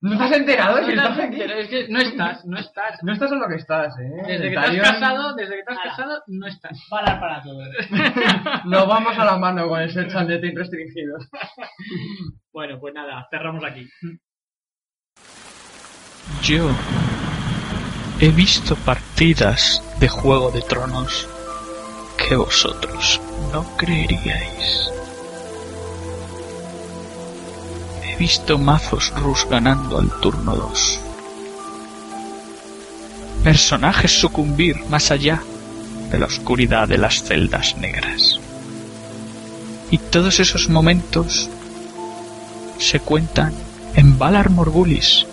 ¿No te has enterado?
No
si
estás
estás aquí?
entero, es que no estás, no estás.
No estás en lo que estás, ¿eh?
Desde que te has
Talión,
casado, desde que te has
Ala.
casado, no estás.
Balar para todo.
No vamos a la mano con ese chanletín restringido.
Bueno, pues nada, cerramos aquí.
Yo he visto partidas de Juego de Tronos que vosotros no creeríais. He visto mazos Rus ganando al turno 2. Personajes sucumbir más allá de la oscuridad de las celdas negras. Y todos esos momentos se cuentan en Valar Morgulis,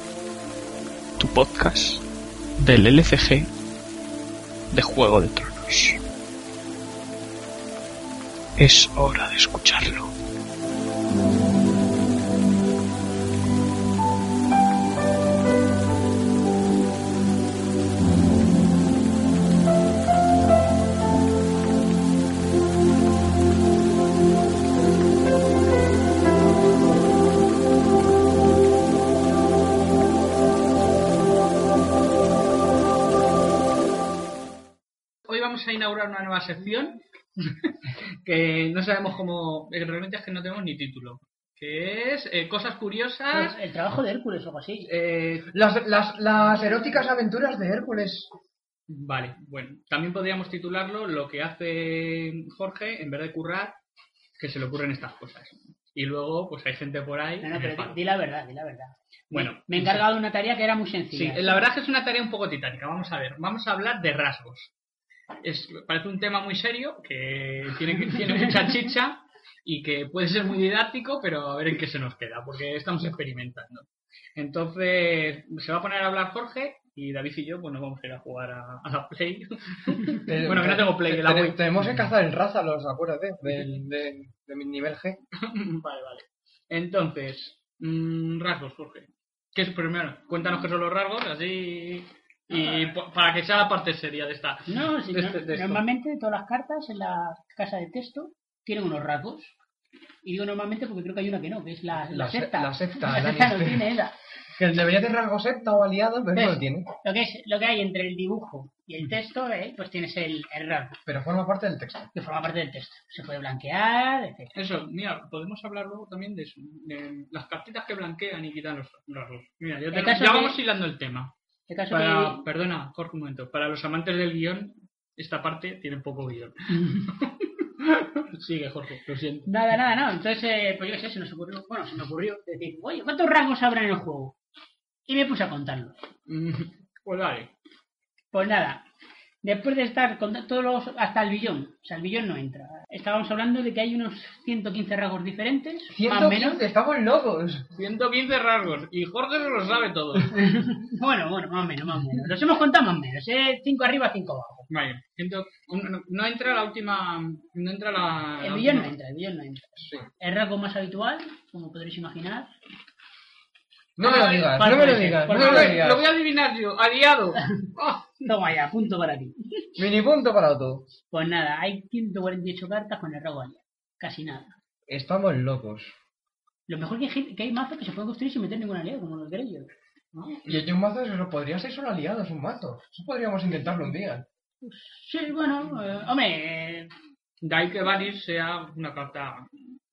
tu podcast del LCG de Juego de Tronos. Es hora de escucharlo.
Hoy vamos a inaugurar una nueva sección que no sabemos cómo, eh, realmente es que no tenemos ni título. Que es eh, cosas curiosas.
Pues, El trabajo de Hércules o algo así.
eh,
Las, las, las eróticas aventuras de Hércules.
vale, bueno, también podríamos titularlo lo que hace Jorge en vez de currar, que se le ocurren estas cosas. Y luego, pues hay gente por ahí.
No,
en
no,
el
pero di,
palo.
di la verdad, di la verdad.
Bueno.
me he encargado de una tarea que era muy
Sí,
sencilla.
la verdad es que es una tarea un poco titánica. Vamos a ver, vamos a hablar de rasgos. Es, parece un tema muy serio, que tiene, que- tiene mucha chicha y que puede ser muy didáctico, pero a ver en qué se nos queda, porque estamos experimentando. Entonces, se va a poner a hablar Jorge y David y yo, pues nos vamos a ir a jugar a, a la Play. Bueno, que no tengo play, que la
Te-
voy.
Tenemos que cazar en raza, los acuérdate, del, de, de mi nivel G.
vale, vale. Entonces, mm, rasgos, Jorge. ¿Qué es primero? Cuéntanos qué son los rasgos, así. Y po- para que sea la parte seria de esta.
No, si
de
no-
este- de esto.
normalmente todas las cartas en la casa de texto tienen unos rasgos. Y digo normalmente porque creo que hay una que no, que es la, la,
La se-
septa.
la este. septa,
La
la
septa no
Lannister.
tiene esa.
Que debería tener algo septa o aliado, pero no
¿Ves?
lo tiene.
Lo que, es, lo que hay entre el dibujo y el texto, eh, pues tienes el, el rasgo,
Pero forma parte del texto.
que forma parte del texto. Se puede blanquear, etc.
Eso, mira, podemos hablar luego también de, eso, de las cartitas que blanquean y quitan los rasgos. Mira, yo
El
tengo-
caso
ya
que-
vamos hilando el tema.
En este caso
Para-
que-
Perdona, Jorge, un momento. Para los amantes del guión, esta parte tiene poco guión. Sigue, Jorge, lo siento.
Nada, nada, no. Entonces, eh, pues yo qué sé, se nos ocurrió, bueno, se me ocurrió decir, oye, ¿cuántos rasgos habrá en el juego? Y me puse a contarlos.
Mm, Pues vale.
Pues nada, después de estar con todos los, hasta el billón, o sea, el billón no entra. Estábamos hablando de que hay unos 115 rasgos diferentes, más o menos.
115, estamos locos.
115 rasgos y Jorge se lo sabe todo.
Bueno, bueno, más o menos, más o menos. Los hemos contado más o menos, ¿eh? 5 arriba, 5 abajo.
Vale, ciento- un- no, no entra la última. No entra la.
El
la
billón no
última-
entra, el billón no entra. El rasgo más habitual, como podréis imaginar.
No me lo digas,
Ah, Vale,
no me lo
vale,
digas, no
vale,
me
Lo
lo
voy- Lo voy a
digas.
adivinar yo, aliado. Ah,
Toma ya, punto para ti.
Mini punto para todo.
Pues nada, hay 148 cartas con el rasgo aliado. Casi nada.
Estamos locos.
Lo mejor que hay, gente- que hay mazos que se pueden construir sin meter ninguna aliado, como los Greyjoy. ¿no?
Y hay un mazo, eso podría ser solo aliados, un mazo. Eso podríamos intentarlo un día.
Sí, bueno, eh, hombre, eh,
De ahí que Varys sea una carta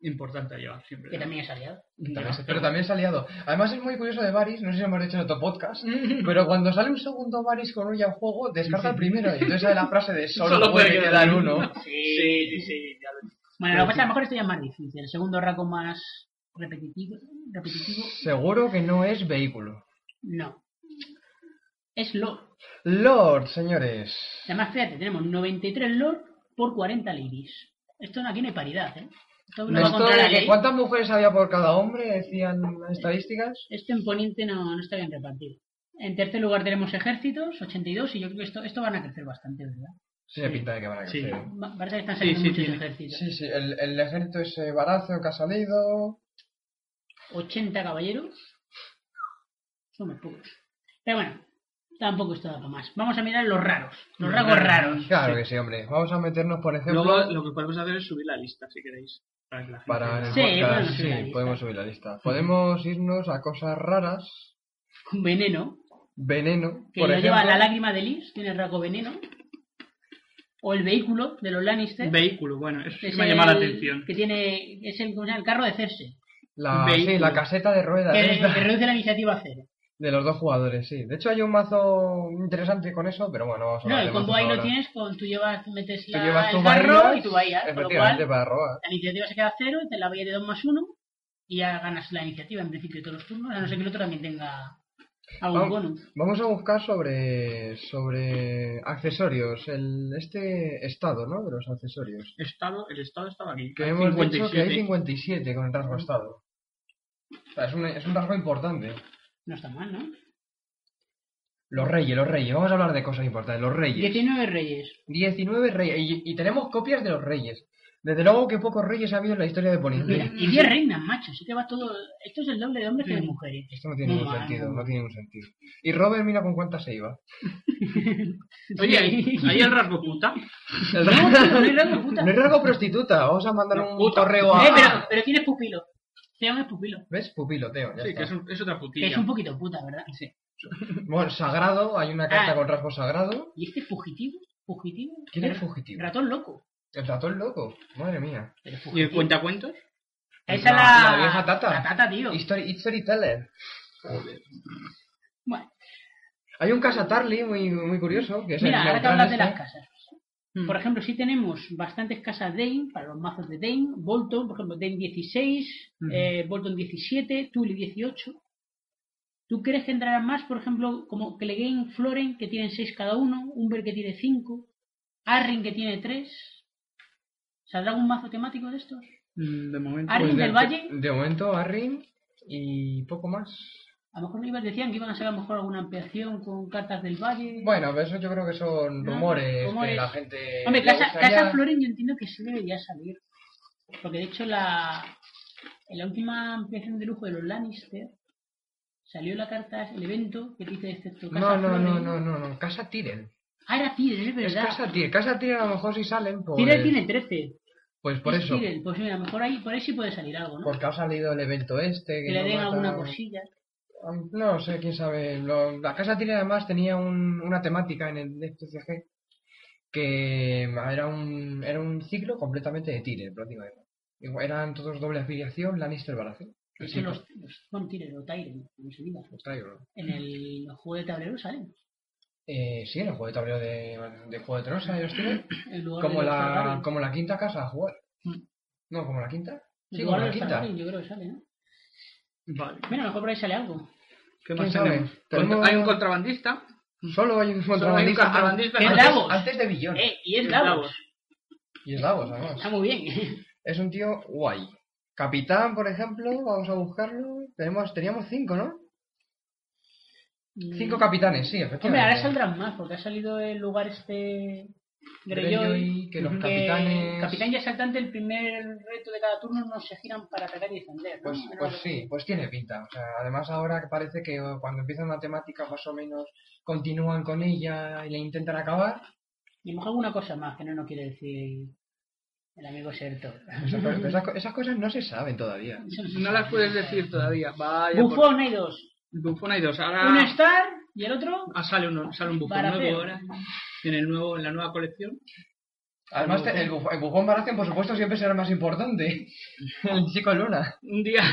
importante a llevar siempre.
que también es aliado.
También es- pero también es aliado. Además es muy curioso de Varys, no sé si hemos hecho en otro podcast, pero cuando sale un segundo Varys con un ya en juego, descarta el primero. Y entonces sale la frase de solo, puede quedar uno.
Sí, sí, sí. ya lo-
Bueno, lo que pasa es que a lo mejor esto ya es más difícil. El segundo rasgo más repetitivo, repetitivo
Seguro que no es vehículo.
no. Es Lord.
Lord, señores.
Además, fíjate, tenemos 93 Lord por 40 ladies. Esto no- aquí no hay paridad, ¿eh? Esto no va
Esto
contra
de
la
que
ley.
¿Cuántas mujeres había por cada hombre? Decían las estadísticas.
Esto en Poniente Este no, no está bien repartido. En tercer lugar tenemos ejércitos, 82, y yo creo que esto, esto van a crecer bastante, ¿verdad?
Sí, se pinta de que van a
Sí.
crecer.
Va- Parece que están saliendo
Sí, sí,
muchos
tiene.
ejércitos.
Sí, sí, el, el ejército es eh, Baratheon que ha salido.
80 caballeros. Somos pocos. Pero bueno, Tampoco está para más. Vamos a mirar los raros. Los
Los
rasgos
raros.
raros.
Claro
Sí.
que sí, hombre. Vamos a meternos, por ejemplo,
Luego lo que podemos hacer es subir la lista, si queréis. Para que la gente
para
la-
el
Sí, podemos
podcast.
subir la
sí,
lista.
podemos subir la lista. Podemos irnos a cosas raras.
Un veneno.
Veneno,
Que
por
lo
ejemplo.
lleva la lágrima de Liz, tiene el rasgo veneno. O el vehículo de los Lannister.
Vehículo, bueno, eso sí
es
que me llama la
el
atención.
Que tiene, es el, ¿cómo se llama? el carro de Cersei.
la-
vehículo.
sí, la caseta de ruedas.
Que,
esta.
que reduce la iniciativa a cero.
De los dos jugadores, sí. De hecho hay un mazo interesante con eso, pero bueno, vamos a
No,
hablar
el
de
combo
mazos
ahí lo
ahora.
tienes con tú llevas, metes
Tú
la,
llevas tu
el carro
vaina,
y tu bahía. Con lo cual,
Efectivamente, para robar.
la iniciativa se queda a cero y te la vía de 2 más 1 y ya ganas la iniciativa en principio de todos los turnos, a no ser que el otro también tenga algún
Vamos.
bonus.
Vamos a buscar sobre sobre accesorios, el este estado, ¿no? De los accesorios.
Estado, el estado estaba aquí.
Que
hay
hemos
57.
dicho que hay 57 con el rasgo estado. O sea, es un, es un rasgo importante.
No está mal, ¿no?
Los reyes, los reyes. Vamos a hablar de cosas importantes. Los reyes.
19 reyes.
19 reyes. Y, y tenemos copias de los reyes. Desde luego que pocos reyes ha habido en la historia de
Mira,
Poniente.
y 10 reinas, macho. Así que va todo. Esto es el doble de hombres que de
Mm.
Sí.
mujeres.
Esto no tiene
Muy
ningún
mal,
sentido,
muy
no
mal.
tiene ningún sentido. Y Robert, mira con cuántas se iba.
Oye, ahí, ahí el rasgo puta.
Eh,
El
No,
rasgo-
no es rasgo puta.
No es rasgo prostituta, vamos a mandar un
Puta.
correo a...
Eh, pero, pero tienes pupilo. Se llama pupilo.
¿Ves? Pupiloteo. ya
Sí,
está.
que es, un- es otra
Que
putilla.
es un poquito puta, ¿verdad? Sí.
Bueno, sagrado, hay una carta
Ah.
con rasgo sagrado.
¿Y este fugitivo? ¿Fugitivo?
¿Quién es
Era-
fugitivo?
Ratón loco.
El ratón loco, madre mía.
Pero
¿Y el
fugitivo.
cuentacuentos?
Esa
La-
la,
la vieja tata.
La tata, tío.
History, Storyteller.
Bueno,
Hay un casa Tarly muy, muy curioso. Que es
mira,
el
ahora que
neutral
hablas de
este.
las casas. Por ejemplo, sí tenemos bastantes casas Dane para los mazos de Dane, Bolton, por ejemplo, Dane 16,
Ujú.
eh, Bolton 17, Tully 18. ¿Tú crees que entrarán más, por ejemplo, como Clegane, Floren, que tienen 6 cada uno, Umber que tiene 5, Arryn que tiene 3? ¿Saldrá algún mazo temático de estos?
Mm, De momento.
Ari- ¿Arrin
Pues de,
del Valle?
De momento, Arrin y poco más.
A lo mejor no ibas, decían que iban a ser a lo mejor alguna ampliación con cartas del Valle.
Bueno, pero eso yo creo que son
No,
rumores, que
rumores.
la gente.
Hombre,
le
Casa,
gustaría-
Casa Floren yo entiendo que sí debería salir. Porque de hecho la, en la última ampliación de lujo de los Lannister salió la carta, el evento que dice excepto Casa
No, no, no,
Floren.
no, no, no, Casa Tyrion.
Ah, era Tyrion, es
Es
verdad.
Casa Tyrion. Casa Tyrion a lo mejor si salen por.
Tyrion tiene 13.
Pues por
Es
eso.
Tyrion, Pues mira, a lo mejor ahí, por ahí sí puede salir algo, ¿no?
Porque ha salido el evento este.
que le
no
den
mata-
alguna cosilla.
No sé, quién sabe. Lo- la casa tiene además tenía un- una temática en el DCG que era un, era un ciclo completamente de Tyrion, prácticamente. Igual- Eran todos doble afiliación, Lannister Baratheon.
Es
Sí,
que los, los son Tyrion o Tyrion, como se diga.
los traigo.
En el juego de tablero salen.
Eh, sí, en el juego de tablero de, de Juego de Tronos ¿sabes los Tyrion?
En lugar de
Como
los
la,
Targaryen.
como la quinta casa a jugar.
Mm.
No, como la quinta.
En
Sí, como
lugar de
la
los
quinta.
Targaryen, yo creo que sale, ¿no?
Vale.
Mira, a lo mejor por ahí sale algo.
¿Qué
¿Quién
más
sabe?
tenemos?
Tenemos-
Contra- Hay un contrabandista.
Solo hay un
Solo hay un
contrabandista.
contrabandista.
¿Qué
antes,
Davos?
antes de Billón.
Eh, y es
Es
Davos.
Davos.
Y es Davos, además.
Está muy bien.
Es un tío guay. Capitán, por ejemplo, vamos a buscarlo. Tenemos, teníamos cinco, ¿no? Cinco capitanes, sí, efectivamente.
Hombre, ahora saldrán más, porque ha salido el lugar este Greyjoy.
Greyjoy, que los
que
capitanes...
Capitán y asaltante, el primer reto de cada turno no se giran para atacar y defender. ¿no?
Pues,
Era
pues
lo que-
sí, pues tiene pinta. O sea, además ahora que parece que cuando empieza una temática más o menos continúan con ella y la intentan acabar.
Y a lo mejor alguna cosa más que no nos quiere decir el amigo Sertor.
Esas, cosas- esas co- esas cosas no se saben todavía.
No las puedes decir todavía. Vaya. por-
Bufón hay dos.
Bufón hay dos. Ahora
Uno Star y el otro.
ah, sale, uno, sale un bufón
Baraceo.
nuevo ahora. En, el nuevo, en la nueva colección.
Además, te- el, buf- el bufón Baratheon, por supuesto, siempre será el más importante. El chico Luna.
Un día.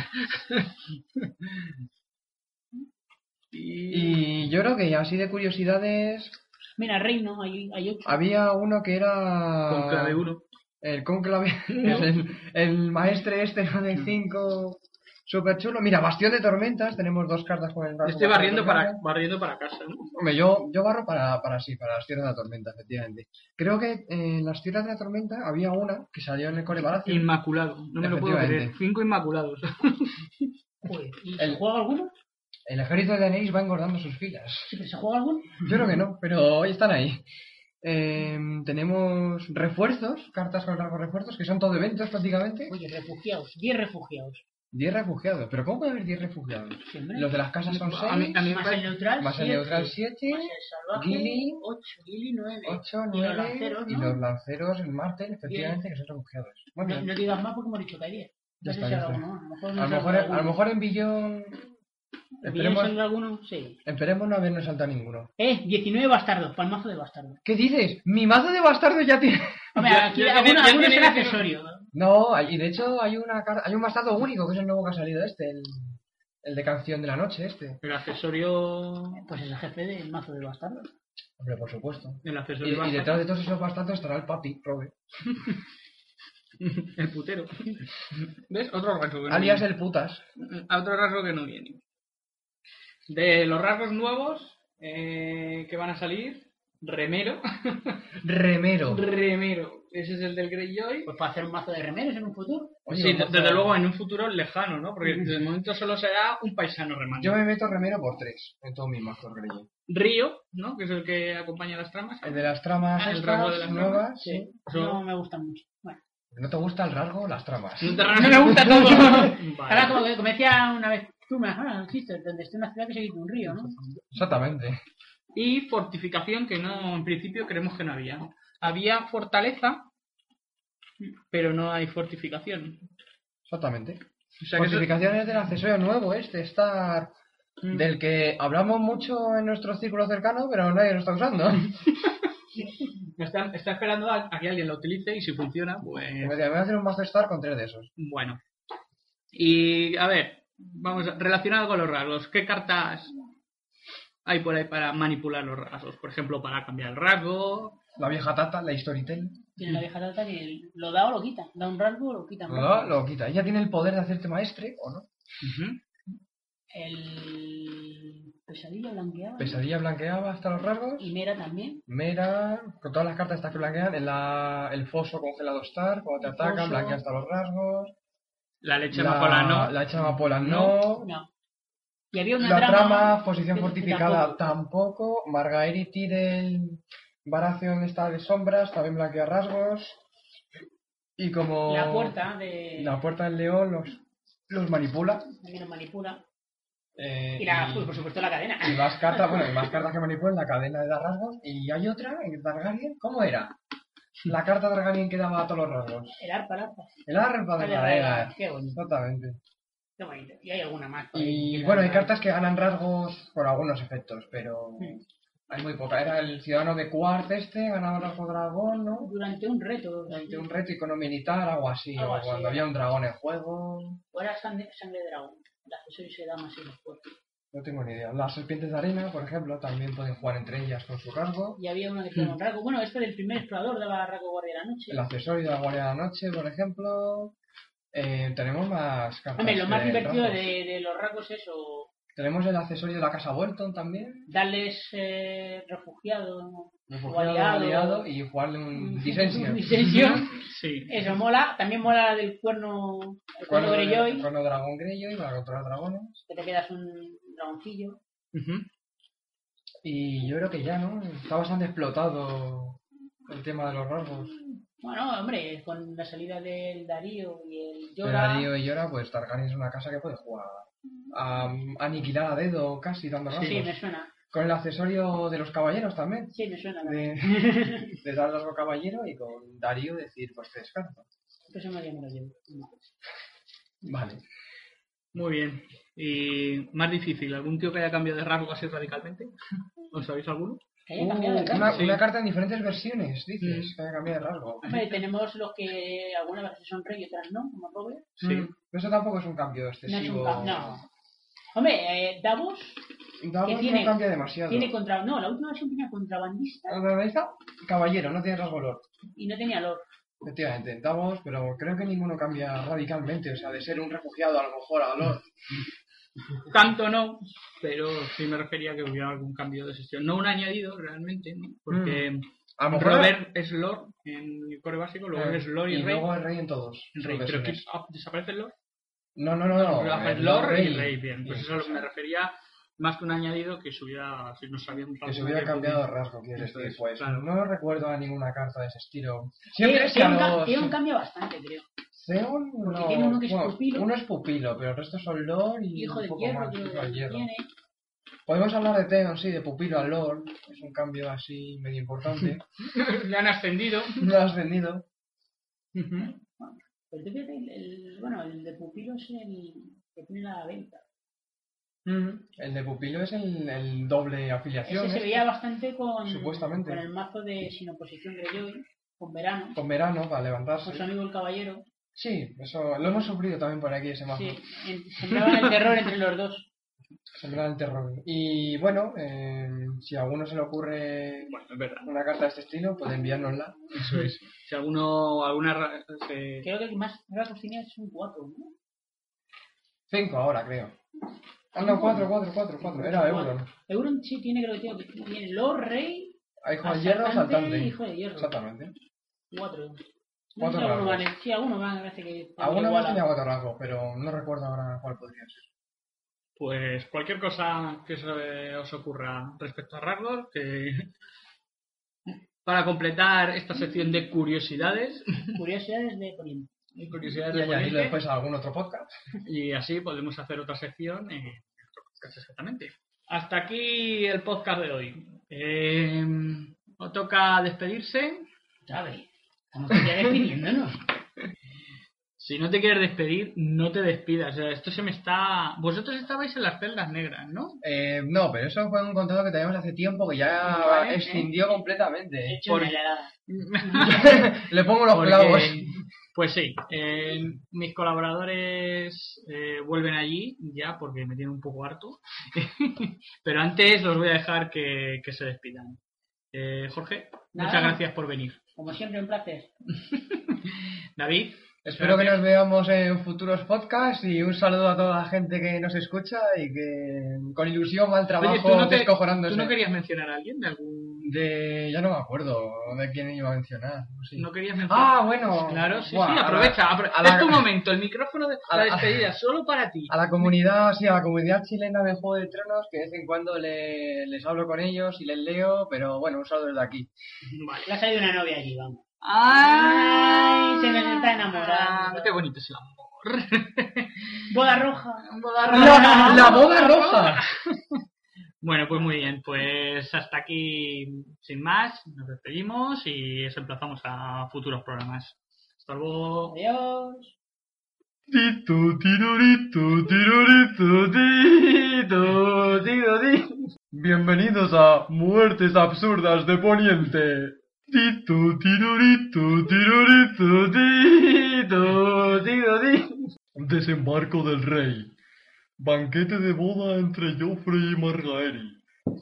y...
Y yo creo que así de curiosidades...
Mira, Reino, hay, hay ocho.
Había uno que era...
Con clave uno.
El cónclave, el, el maestre este ¿no?
Mm.
de 5, súper chulo. Mira, Bastión de Tormentas, tenemos dos cartas con el barco.
Estoy Este barriendo para, barriendo para casa, ¿no?
Hombre, yo, yo barro para, para sí, para las tierras de la tormenta, efectivamente. Creo que eh, en las tierras de la tormenta había una que salió en el Core Palacio.
Inmaculado, no me lo puedo
Efectivamente.
creer. Cinco inmaculados.
Joder, ¿y
El-
¿Se juega alguno?
El ejército de Anéis va engordando sus filas.
Sí, pero ¿Se juega alguno?
Yo creo que no, pero hoy están ahí. Em, tenemos refuerzos, cartas con rasgos refuerzos, que son todo eventos prácticamente.
Oye, refugiados, 10 refugiados.
10 refugiados. ¿Pero cómo puede haber 10 refugiados?
Sí, hombre.
Los de las casas son 6,
A mí, a mí me
Más el
parece-
neutral,
más el
siete.
neutral 7,
Más el salvaje,
Gilly.
8, Gilly 9.
8,
Y los
9
lanceros,
y
¿no?
los lanceros, el Martel, efectivamente, que son refugiados. Bueno,
No, no digas más porque hemos dicho que hay
Ya
10. No sé
está,
si
ya
habrá
está.
uno más.
a, lo mejor, a lo mejor en Billón. Esperemos,
¿Viene alguno? Sí.
esperemos no habernos saltado ninguno.
Eh, 19 bastardos, palmazo de bastardos.
¿Qué dices? Mi mazo de bastardo ya tiene.
Hombre,
Ya-
aquí
ya
alguno,
tiene- ya
alguno
tiene
será
19.
accesorio.
No, hay- y de hecho hay una car- hay un bastardo único, que es el nuevo que ha salido este, el, el de canción de la noche, este.
El accesorio.
Pues es el jefe del mazo de bastardos.
Hombre, por supuesto.
El
Y,
accesorio.
y
basta.
detrás de todos esos bastardos estará el papi, Robe.
El putero. ¿Ves? Otro rasgo que no
Alias
viene.
el putas.
A Otro rasgo que no viene. De los rasgos nuevos eh, que van a salir, remero.
Remero.
remero. Ese es el del Greyjoy.
Pues para hacer un mazo de remeros en un futuro.
Oye,
sí,
vamos a-
desde luego en un futuro lejano, ¿no? Porque de momento solo será un paisano remando.
Yo me meto remero por tres en todos mis mazos Greyjoy.
Río, ¿no? Que es el que acompaña las tramas.
El de las tramas
Ah, el
estas
rasgo de las
nuevas,
tramas,
sí.
No me gusta mucho. Bueno.
¿No te gusta el rasgo? Las tramas.
No te- no me gusta todo.
Ahora como, que- como decía una vez tú me has visto, donde esté una ciudad que se quita un río, ¿no?
Exactamente.
y fortificación que no en principio creemos que no había. Había fortaleza, pero no hay fortificación.
Exactamente.
O sea que eso-
Fortificaciones del accesorio nuevo este, Star,
Mm.
del que hablamos mucho en nuestro círculo cercano, pero nadie lo está usando.
está, está esperando a, a que alguien lo utilice y si funciona,
Me
pues
voy a hacer un mazo Star con tres de esos.
bueno. Y a ver, vamos a- relacionado con los rasgos, ¿qué cartas hay por ahí para manipular los rasgos? Por ejemplo, para cambiar el rasgo.
La vieja tata, la storytel,
Tiene la vieja tata que lo da o lo quita. Da un rasgo o lo quita. un
lo,
rasgo.
da, lo quita. Ella tiene el poder de hacerte maestre, ¿o no?
Ujú.
El pesadilla blanqueada.
Pesadilla blanqueaba hasta los rasgos.
Y Mera también.
Mera, con todas las cartas estas que blanquean, el, la- el foso congelado Star, cuando te atacan,
foso.
blanquea hasta los rasgos.
La leche
la,
amapola no.
La hecha amapola no.
No. Y había una
La
trama,
trama, posición
que- que
fortificada tampoco. Margariti del Baracio donde está de sombras, también blanquea rasgos. Y como.
La puerta de...
La puerta del león los, los manipula.
que nos manipula.
eh,
Y la,
y-
pues, por supuesto, la cadena.
y más cartas, bueno, y más cartas que manipulan la cadena de dar rasgos. Y hay otra, en Targaryen, ¿cómo era? La carta Targaryen que daba a todos los rasgos.
El arpa, el arpa.
El arpa de
Vale,
la
vale,
era.
vale. Qué bonito,
Exactamente.
qué bonito. Y hay alguna más. por ahí
Y
que
bueno, hay
no-
cartas que ganan rasgos por algunos efectos, pero
Sí.
hay muy poca. Era el ciudadano de Quart este, ganaba rasgo dragón, ¿no?
Durante un reto.
Durante un reto icono militar, algo así,
Algo
o
así,
cuando
¿eh?
había un dragón en juego.
Ahora sangre, sangre de dragón. La accesorio se da más y más fuerte.
No tengo ni idea. Las serpientes de arena, por ejemplo, también pueden jugar entre ellas con su rasgo.
Y había una que tenía un rasgo. Bueno, esto del primer explorador daba rasgo guardia de la noche.
El accesorio de Mm. la guardia de la noche, por ejemplo. Eh, tenemos más cartas.
Hombre, lo
que
más divertido
rasgos.
de, de los rasgos es o
Tenemos el accesorio de la casa Bolton también.
darles eh, refugiado
Refugiado,
aliado.
aliado y jugarle un disension.
disensión.
Sí.
Eso mola. También mola la del cuerno, el cuerno
Cuando
Greyjoy,
Cuando dragón Greyjoy para controlar dragones.
que te quedas un dragoncillo.
Ujú.
Y yo creo que ya, ¿no? Está bastante explotado el tema de los rasgos.
Bueno, hombre, con la salida del Darío y el
Pero
Yora,
Darío y Yora, pues Targaryen es una casa que puede jugar a, a aniquilar a dedo casi dando rasgos.
Sí, me suena.
Con el accesorio de los caballeros también.
Sí, me suena. también.
De, de dar rasgo caballero y con Darío decir, pues te descanso.
Entonces me lo llevo.
Vale.
Muy bien. ¿Y más difícil? ¿Algún tío que haya cambiado de rasgo así radicalmente? ¿Os sabéis alguno?
Que haya cambiado de
Uh,
rasgo.
una,
sí.
una carta en diferentes versiones, dices, que haya cambiado de rasgo.
Hombre, tenemos los que algunas veces son rey y otras no, como Robert.
Sí.
Mm, Eso tampoco es un cambio
No es un
excesivo.
cambio. No. Hombre, eh, Davos
Davos
Que
no
tiene-
cambia demasiado.
tiene contra... No, la última versión tenía contrabandista
Organiza caballero, no tiene rasgo lord.
y no tenía lord.
Efectivamente, Davos, pero creo que ninguno cambia radicalmente. O sea, de ser un refugiado a lo mejor a lord.
Tanto no, pero sí me refería a que hubiera algún cambio de sesión. No un añadido realmente, ¿no? porque
Mm. A lo mejor
Robert es Lord en el core básico, luego
Eh,
es Lord y,
y
Rey.
luego es rey en todos.
El Rey,
sus
pero que
versiones.
ah, desaparece el Lord.
No, no, no, no.
Luego
eh,
aparece Lord, y Rey, bien. Pues
Sí,
eso es a lo que me
sí.
refería, más que un añadido que se hubiera, si nos habían
Que se hubiera cambiado de rasgo, quieres
Eso
decir,
es,
pues.
claro.
No recuerdo a ninguna carta de ese estilo.
Tiene
Siempre es que a
Eh, un, ca-
los-
tiene un cambio bastante, creo.
Zeon no.
Porque tiene uno que es
bueno,
pupilo.
uno es pupilo, pero el resto son Lord y
Hijo
un
de
poco
hierro,
más,
creo
hijo de
que
hierro.
tiene.
Podemos hablar de Theon, sí, de pupilo a Lord. Es un cambio así medio importante.
Le han ascendido.
no has vendido.
Pero tú fíjate, el, el- bueno, el de pupilo es el que tiene la venta.
Mm. El de pupilo es el, el doble afiliación.
Ese se
este.
veía bastante con,
Supuestamente.
con el mazo de sin oposición Greyjoy, con verano,
Con verano para levantarse.
con su amigo el caballero.
Sí, eso lo hemos sufrido también por aquí ese mazo.
Sí, en- sembraban el terror entre los dos.
Sembrar el terror. Y bueno, eh, si a alguno se le ocurre
Bueno, es verdad.
una carta de este estilo, puede enviárnosla.
Eso es. Si alguno, alguna ra- eh, se-
Creo que el que más rasgos tenía es un 4, ¿no?
Cinco ahora, creo. Ah, no, cuatro, cuatro, cuatro, cuatro. Era Euron.
Euron sí tiene, creo que tiene, tiene Lord Rey,
Ahí Juan Hierro,
asaltante y
saltante.
hijo de hierro.
Exactamente.
4.
Cuatro rasgos.
alguno vale. Sí, alguno vale, parece que...
Alguna
igual
más
a-
tenía cuatro rasgos, pero no recuerdo ahora cuál podría ser.
Pues cualquier cosa que se os ocurra respecto a Ragnar, que para completar esta sección de curiosidades,
Curiosidades de Poniente.
y curiosidades
Y
de
añadirlo
Poniente,
después a algún otro podcast.
y así podemos hacer otra sección en otro podcast exactamente. Hasta aquí el podcast de hoy. Eh, os toca despedirse.
¿Sabes? Como que ya despidiéndonos.
Si no te quieres despedir, no te despidas. O sea, esto se me está. Vosotros estabais en las celdas negras, ¿no?
Eh, no, pero eso fue un contado que teníamos hace tiempo que ya
eh.
Vale,
extinguió completamente.
Hecho una helada.
Le pongo los
Porque-
clavos.
Pues sí, eh, mis colaboradores eh, vuelven allí ya porque me tienen un poco harto. Pero antes los voy a dejar que, que se despidan. Eh, Jorge,
Nada.
muchas gracias por venir.
Como siempre, un placer.
David,
Espero que
gracias.
nos veamos en futuros podcasts y un saludo a toda la gente que nos escucha y que con ilusión va al
Oye,
trabajo
¿tú, no te-
descojonándose.
tú no querías mencionar a alguien de algún.
De... Ya no me acuerdo de quién iba a mencionar. sí.
No querías mencionar.
Ah, bueno.
Claro, sí,
Buah,
sí,
a la-
aprovecha. apro-
a la-
Es tu momento, el micrófono de
a
la
la-
despedida, solo para ti.
A la comunidad, sí, a la comunidad chilena de Juego de Tronos, que de vez en cuando le- les hablo con ellos y les leo, pero bueno, un saludo desde aquí.
Le ha salido una novia allí, vamos.
¡Ay!
se nos está enamorando.
¡Qué bonito es el amor!
Boda roja.
¡La, la boda roja!
Bueno, pues muy bien, pues hasta aquí, sin más, nos despedimos y os emplazamos a futuros programas. Hasta luego.
Adiós.
Tito, tirorito, tirorito, tito, tito, ti. Bienvenidos a Muertes Absurdas de Poniente. Tito, tirorito, tirorito, tito, tito, ti. Desembarco del Rey. Banquete de boda entre Joffrey y Margaery.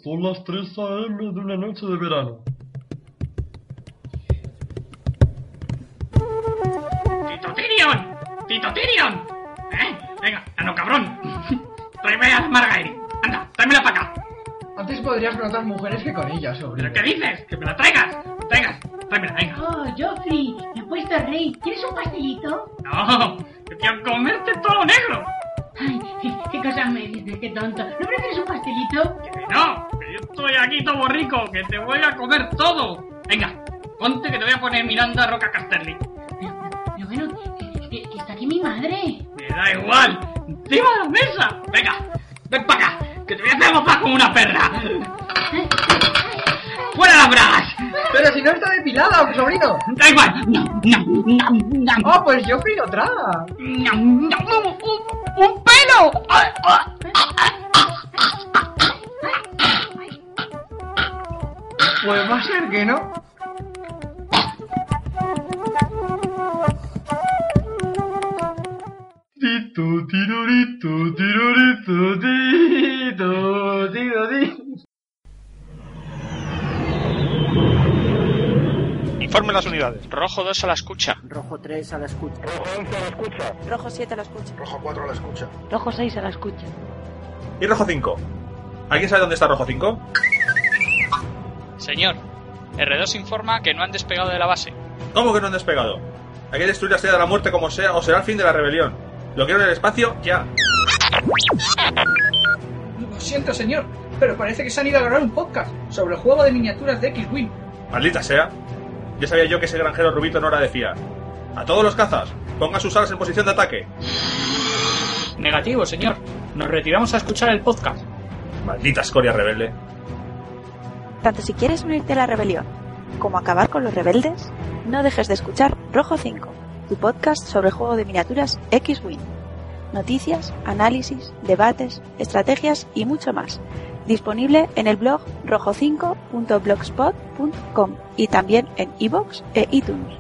Son las 3 a.m. de una noche de verano.
¡Tito Tyrion! ¡Tito Tyrion! ¡Eh! Venga, no cabrón. Tráeme a Margaery. Anda, tráemela para acá.
Antes podrías con otras mujeres que con ellas, sobrino.
dices? ¡Que me la traigas! ¡Traigas! ¡Tráemela, venga!
Oh, Joffrey, me he puesto rey. ¿Quieres un pastillito?
¡No! ¡Que quiero comerte todo lo negro!
Ay, qué cosa me dices, qué tonto. ¿No prefieres un pastelito?
¡Que no! ¡Que yo estoy aquí todo rico! ¡Que te voy a comer todo! Venga, ponte que te voy a poner Miranda Roca Casterly.
Pero, pero bueno, que, que- que está aquí mi madre.
¡Me da igual! ¡Encima de la mesa! ¡Venga! ¡Ven para acá! ¡Que te voy a hacer gozar como una perra! ¡Fuera las bragas!
Pero si no está depilada, sobrino.
¡Da igual! ¡Nam, nam, nam, nam!
Ah, pues Joffrey lo traga.
¡Nam, nam! ¡Un, un- un pelo! ¡Ah, ah!
Pues va a ser que no. Tito, tirorito, tirorito, tito, tito, tito.
Informe las unidades.
Rojo 2 a la escucha.
Rojo 3 a la escucha.
Rojo 11 a la escucha.
Rojo 7 lo escucha.
Rojo 4 a la escucha.
Rojo 6 a la escucha.
Y Rojo 5. ¿Alguien sabe dónde está Rojo 5?
Señor, R2 informa que no han despegado de la base.
¿Cómo que no han despegado? Hay que destruir la estrella de la muerte como sea o será el fin de la rebelión. Lo quiero en el espacio ya.
Lo siento, señor, pero parece que se han ido a grabar un podcast sobre el juego de miniaturas de X-Wing.
Maldita sea. Ya sabía yo que ese granjero rubito no era de fiar. A todos los cazas, Ponga sus alas en posición de ataque.
Negativo, señor. Nos retiramos a escuchar el podcast.
Maldita escoria rebelde.
Tanto si quieres unirte a la rebelión como acabar con los rebeldes, no dejes de escuchar Rojo 5, tu podcast sobre el juego de miniaturas X-Wing. Noticias, análisis, debates, estrategias y mucho más. Disponible en el blog rojo5.blogspot.com y también en iBox e iTunes.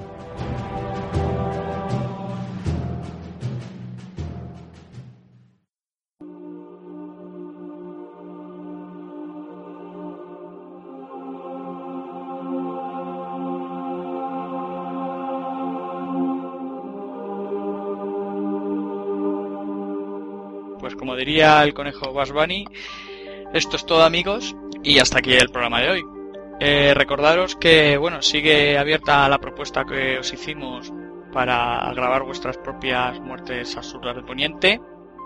Pues como diría el conejo Basbani, esto es todo amigos y hasta aquí el programa de hoy. Eh, recordaros que bueno sigue abierta la propuesta que os hicimos para grabar vuestras propias muertes absurdas de poniente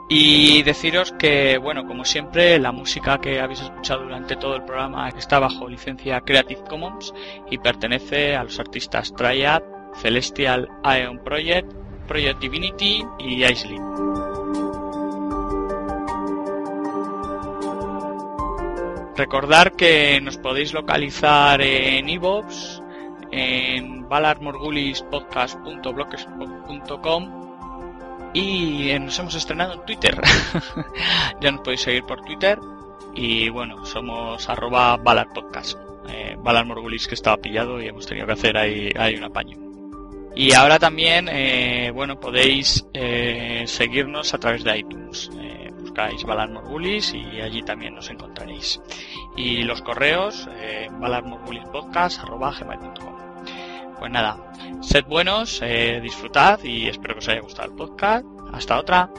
y deciros que bueno como siempre la música que habéis escuchado durante todo el programa está bajo licencia Creative Commons y pertenece a los artistas Triad, Celestial Aeon Project, Project Divinity y Isley. Recordar que nos podéis localizar en iVoox, en balarmorgulispodcast.blogspot.com y eh, nos hemos estrenado en Twitter. ya nos podéis seguir por Twitter y bueno, somos arroba balarpodcast. Eh, Valar Morgulis que estaba pillado y hemos tenido que hacer ahí, ahí un apaño. Y ahora también, eh, bueno, podéis eh, seguirnos a través de iTunes. Eh, buscáis Valar Morgulis y allí también nos encontraréis. Y los correos, eh, valarmorgulispodcast.com. Pues nada, sed buenos, eh, disfrutad y espero que os haya gustado el podcast. Hasta otra.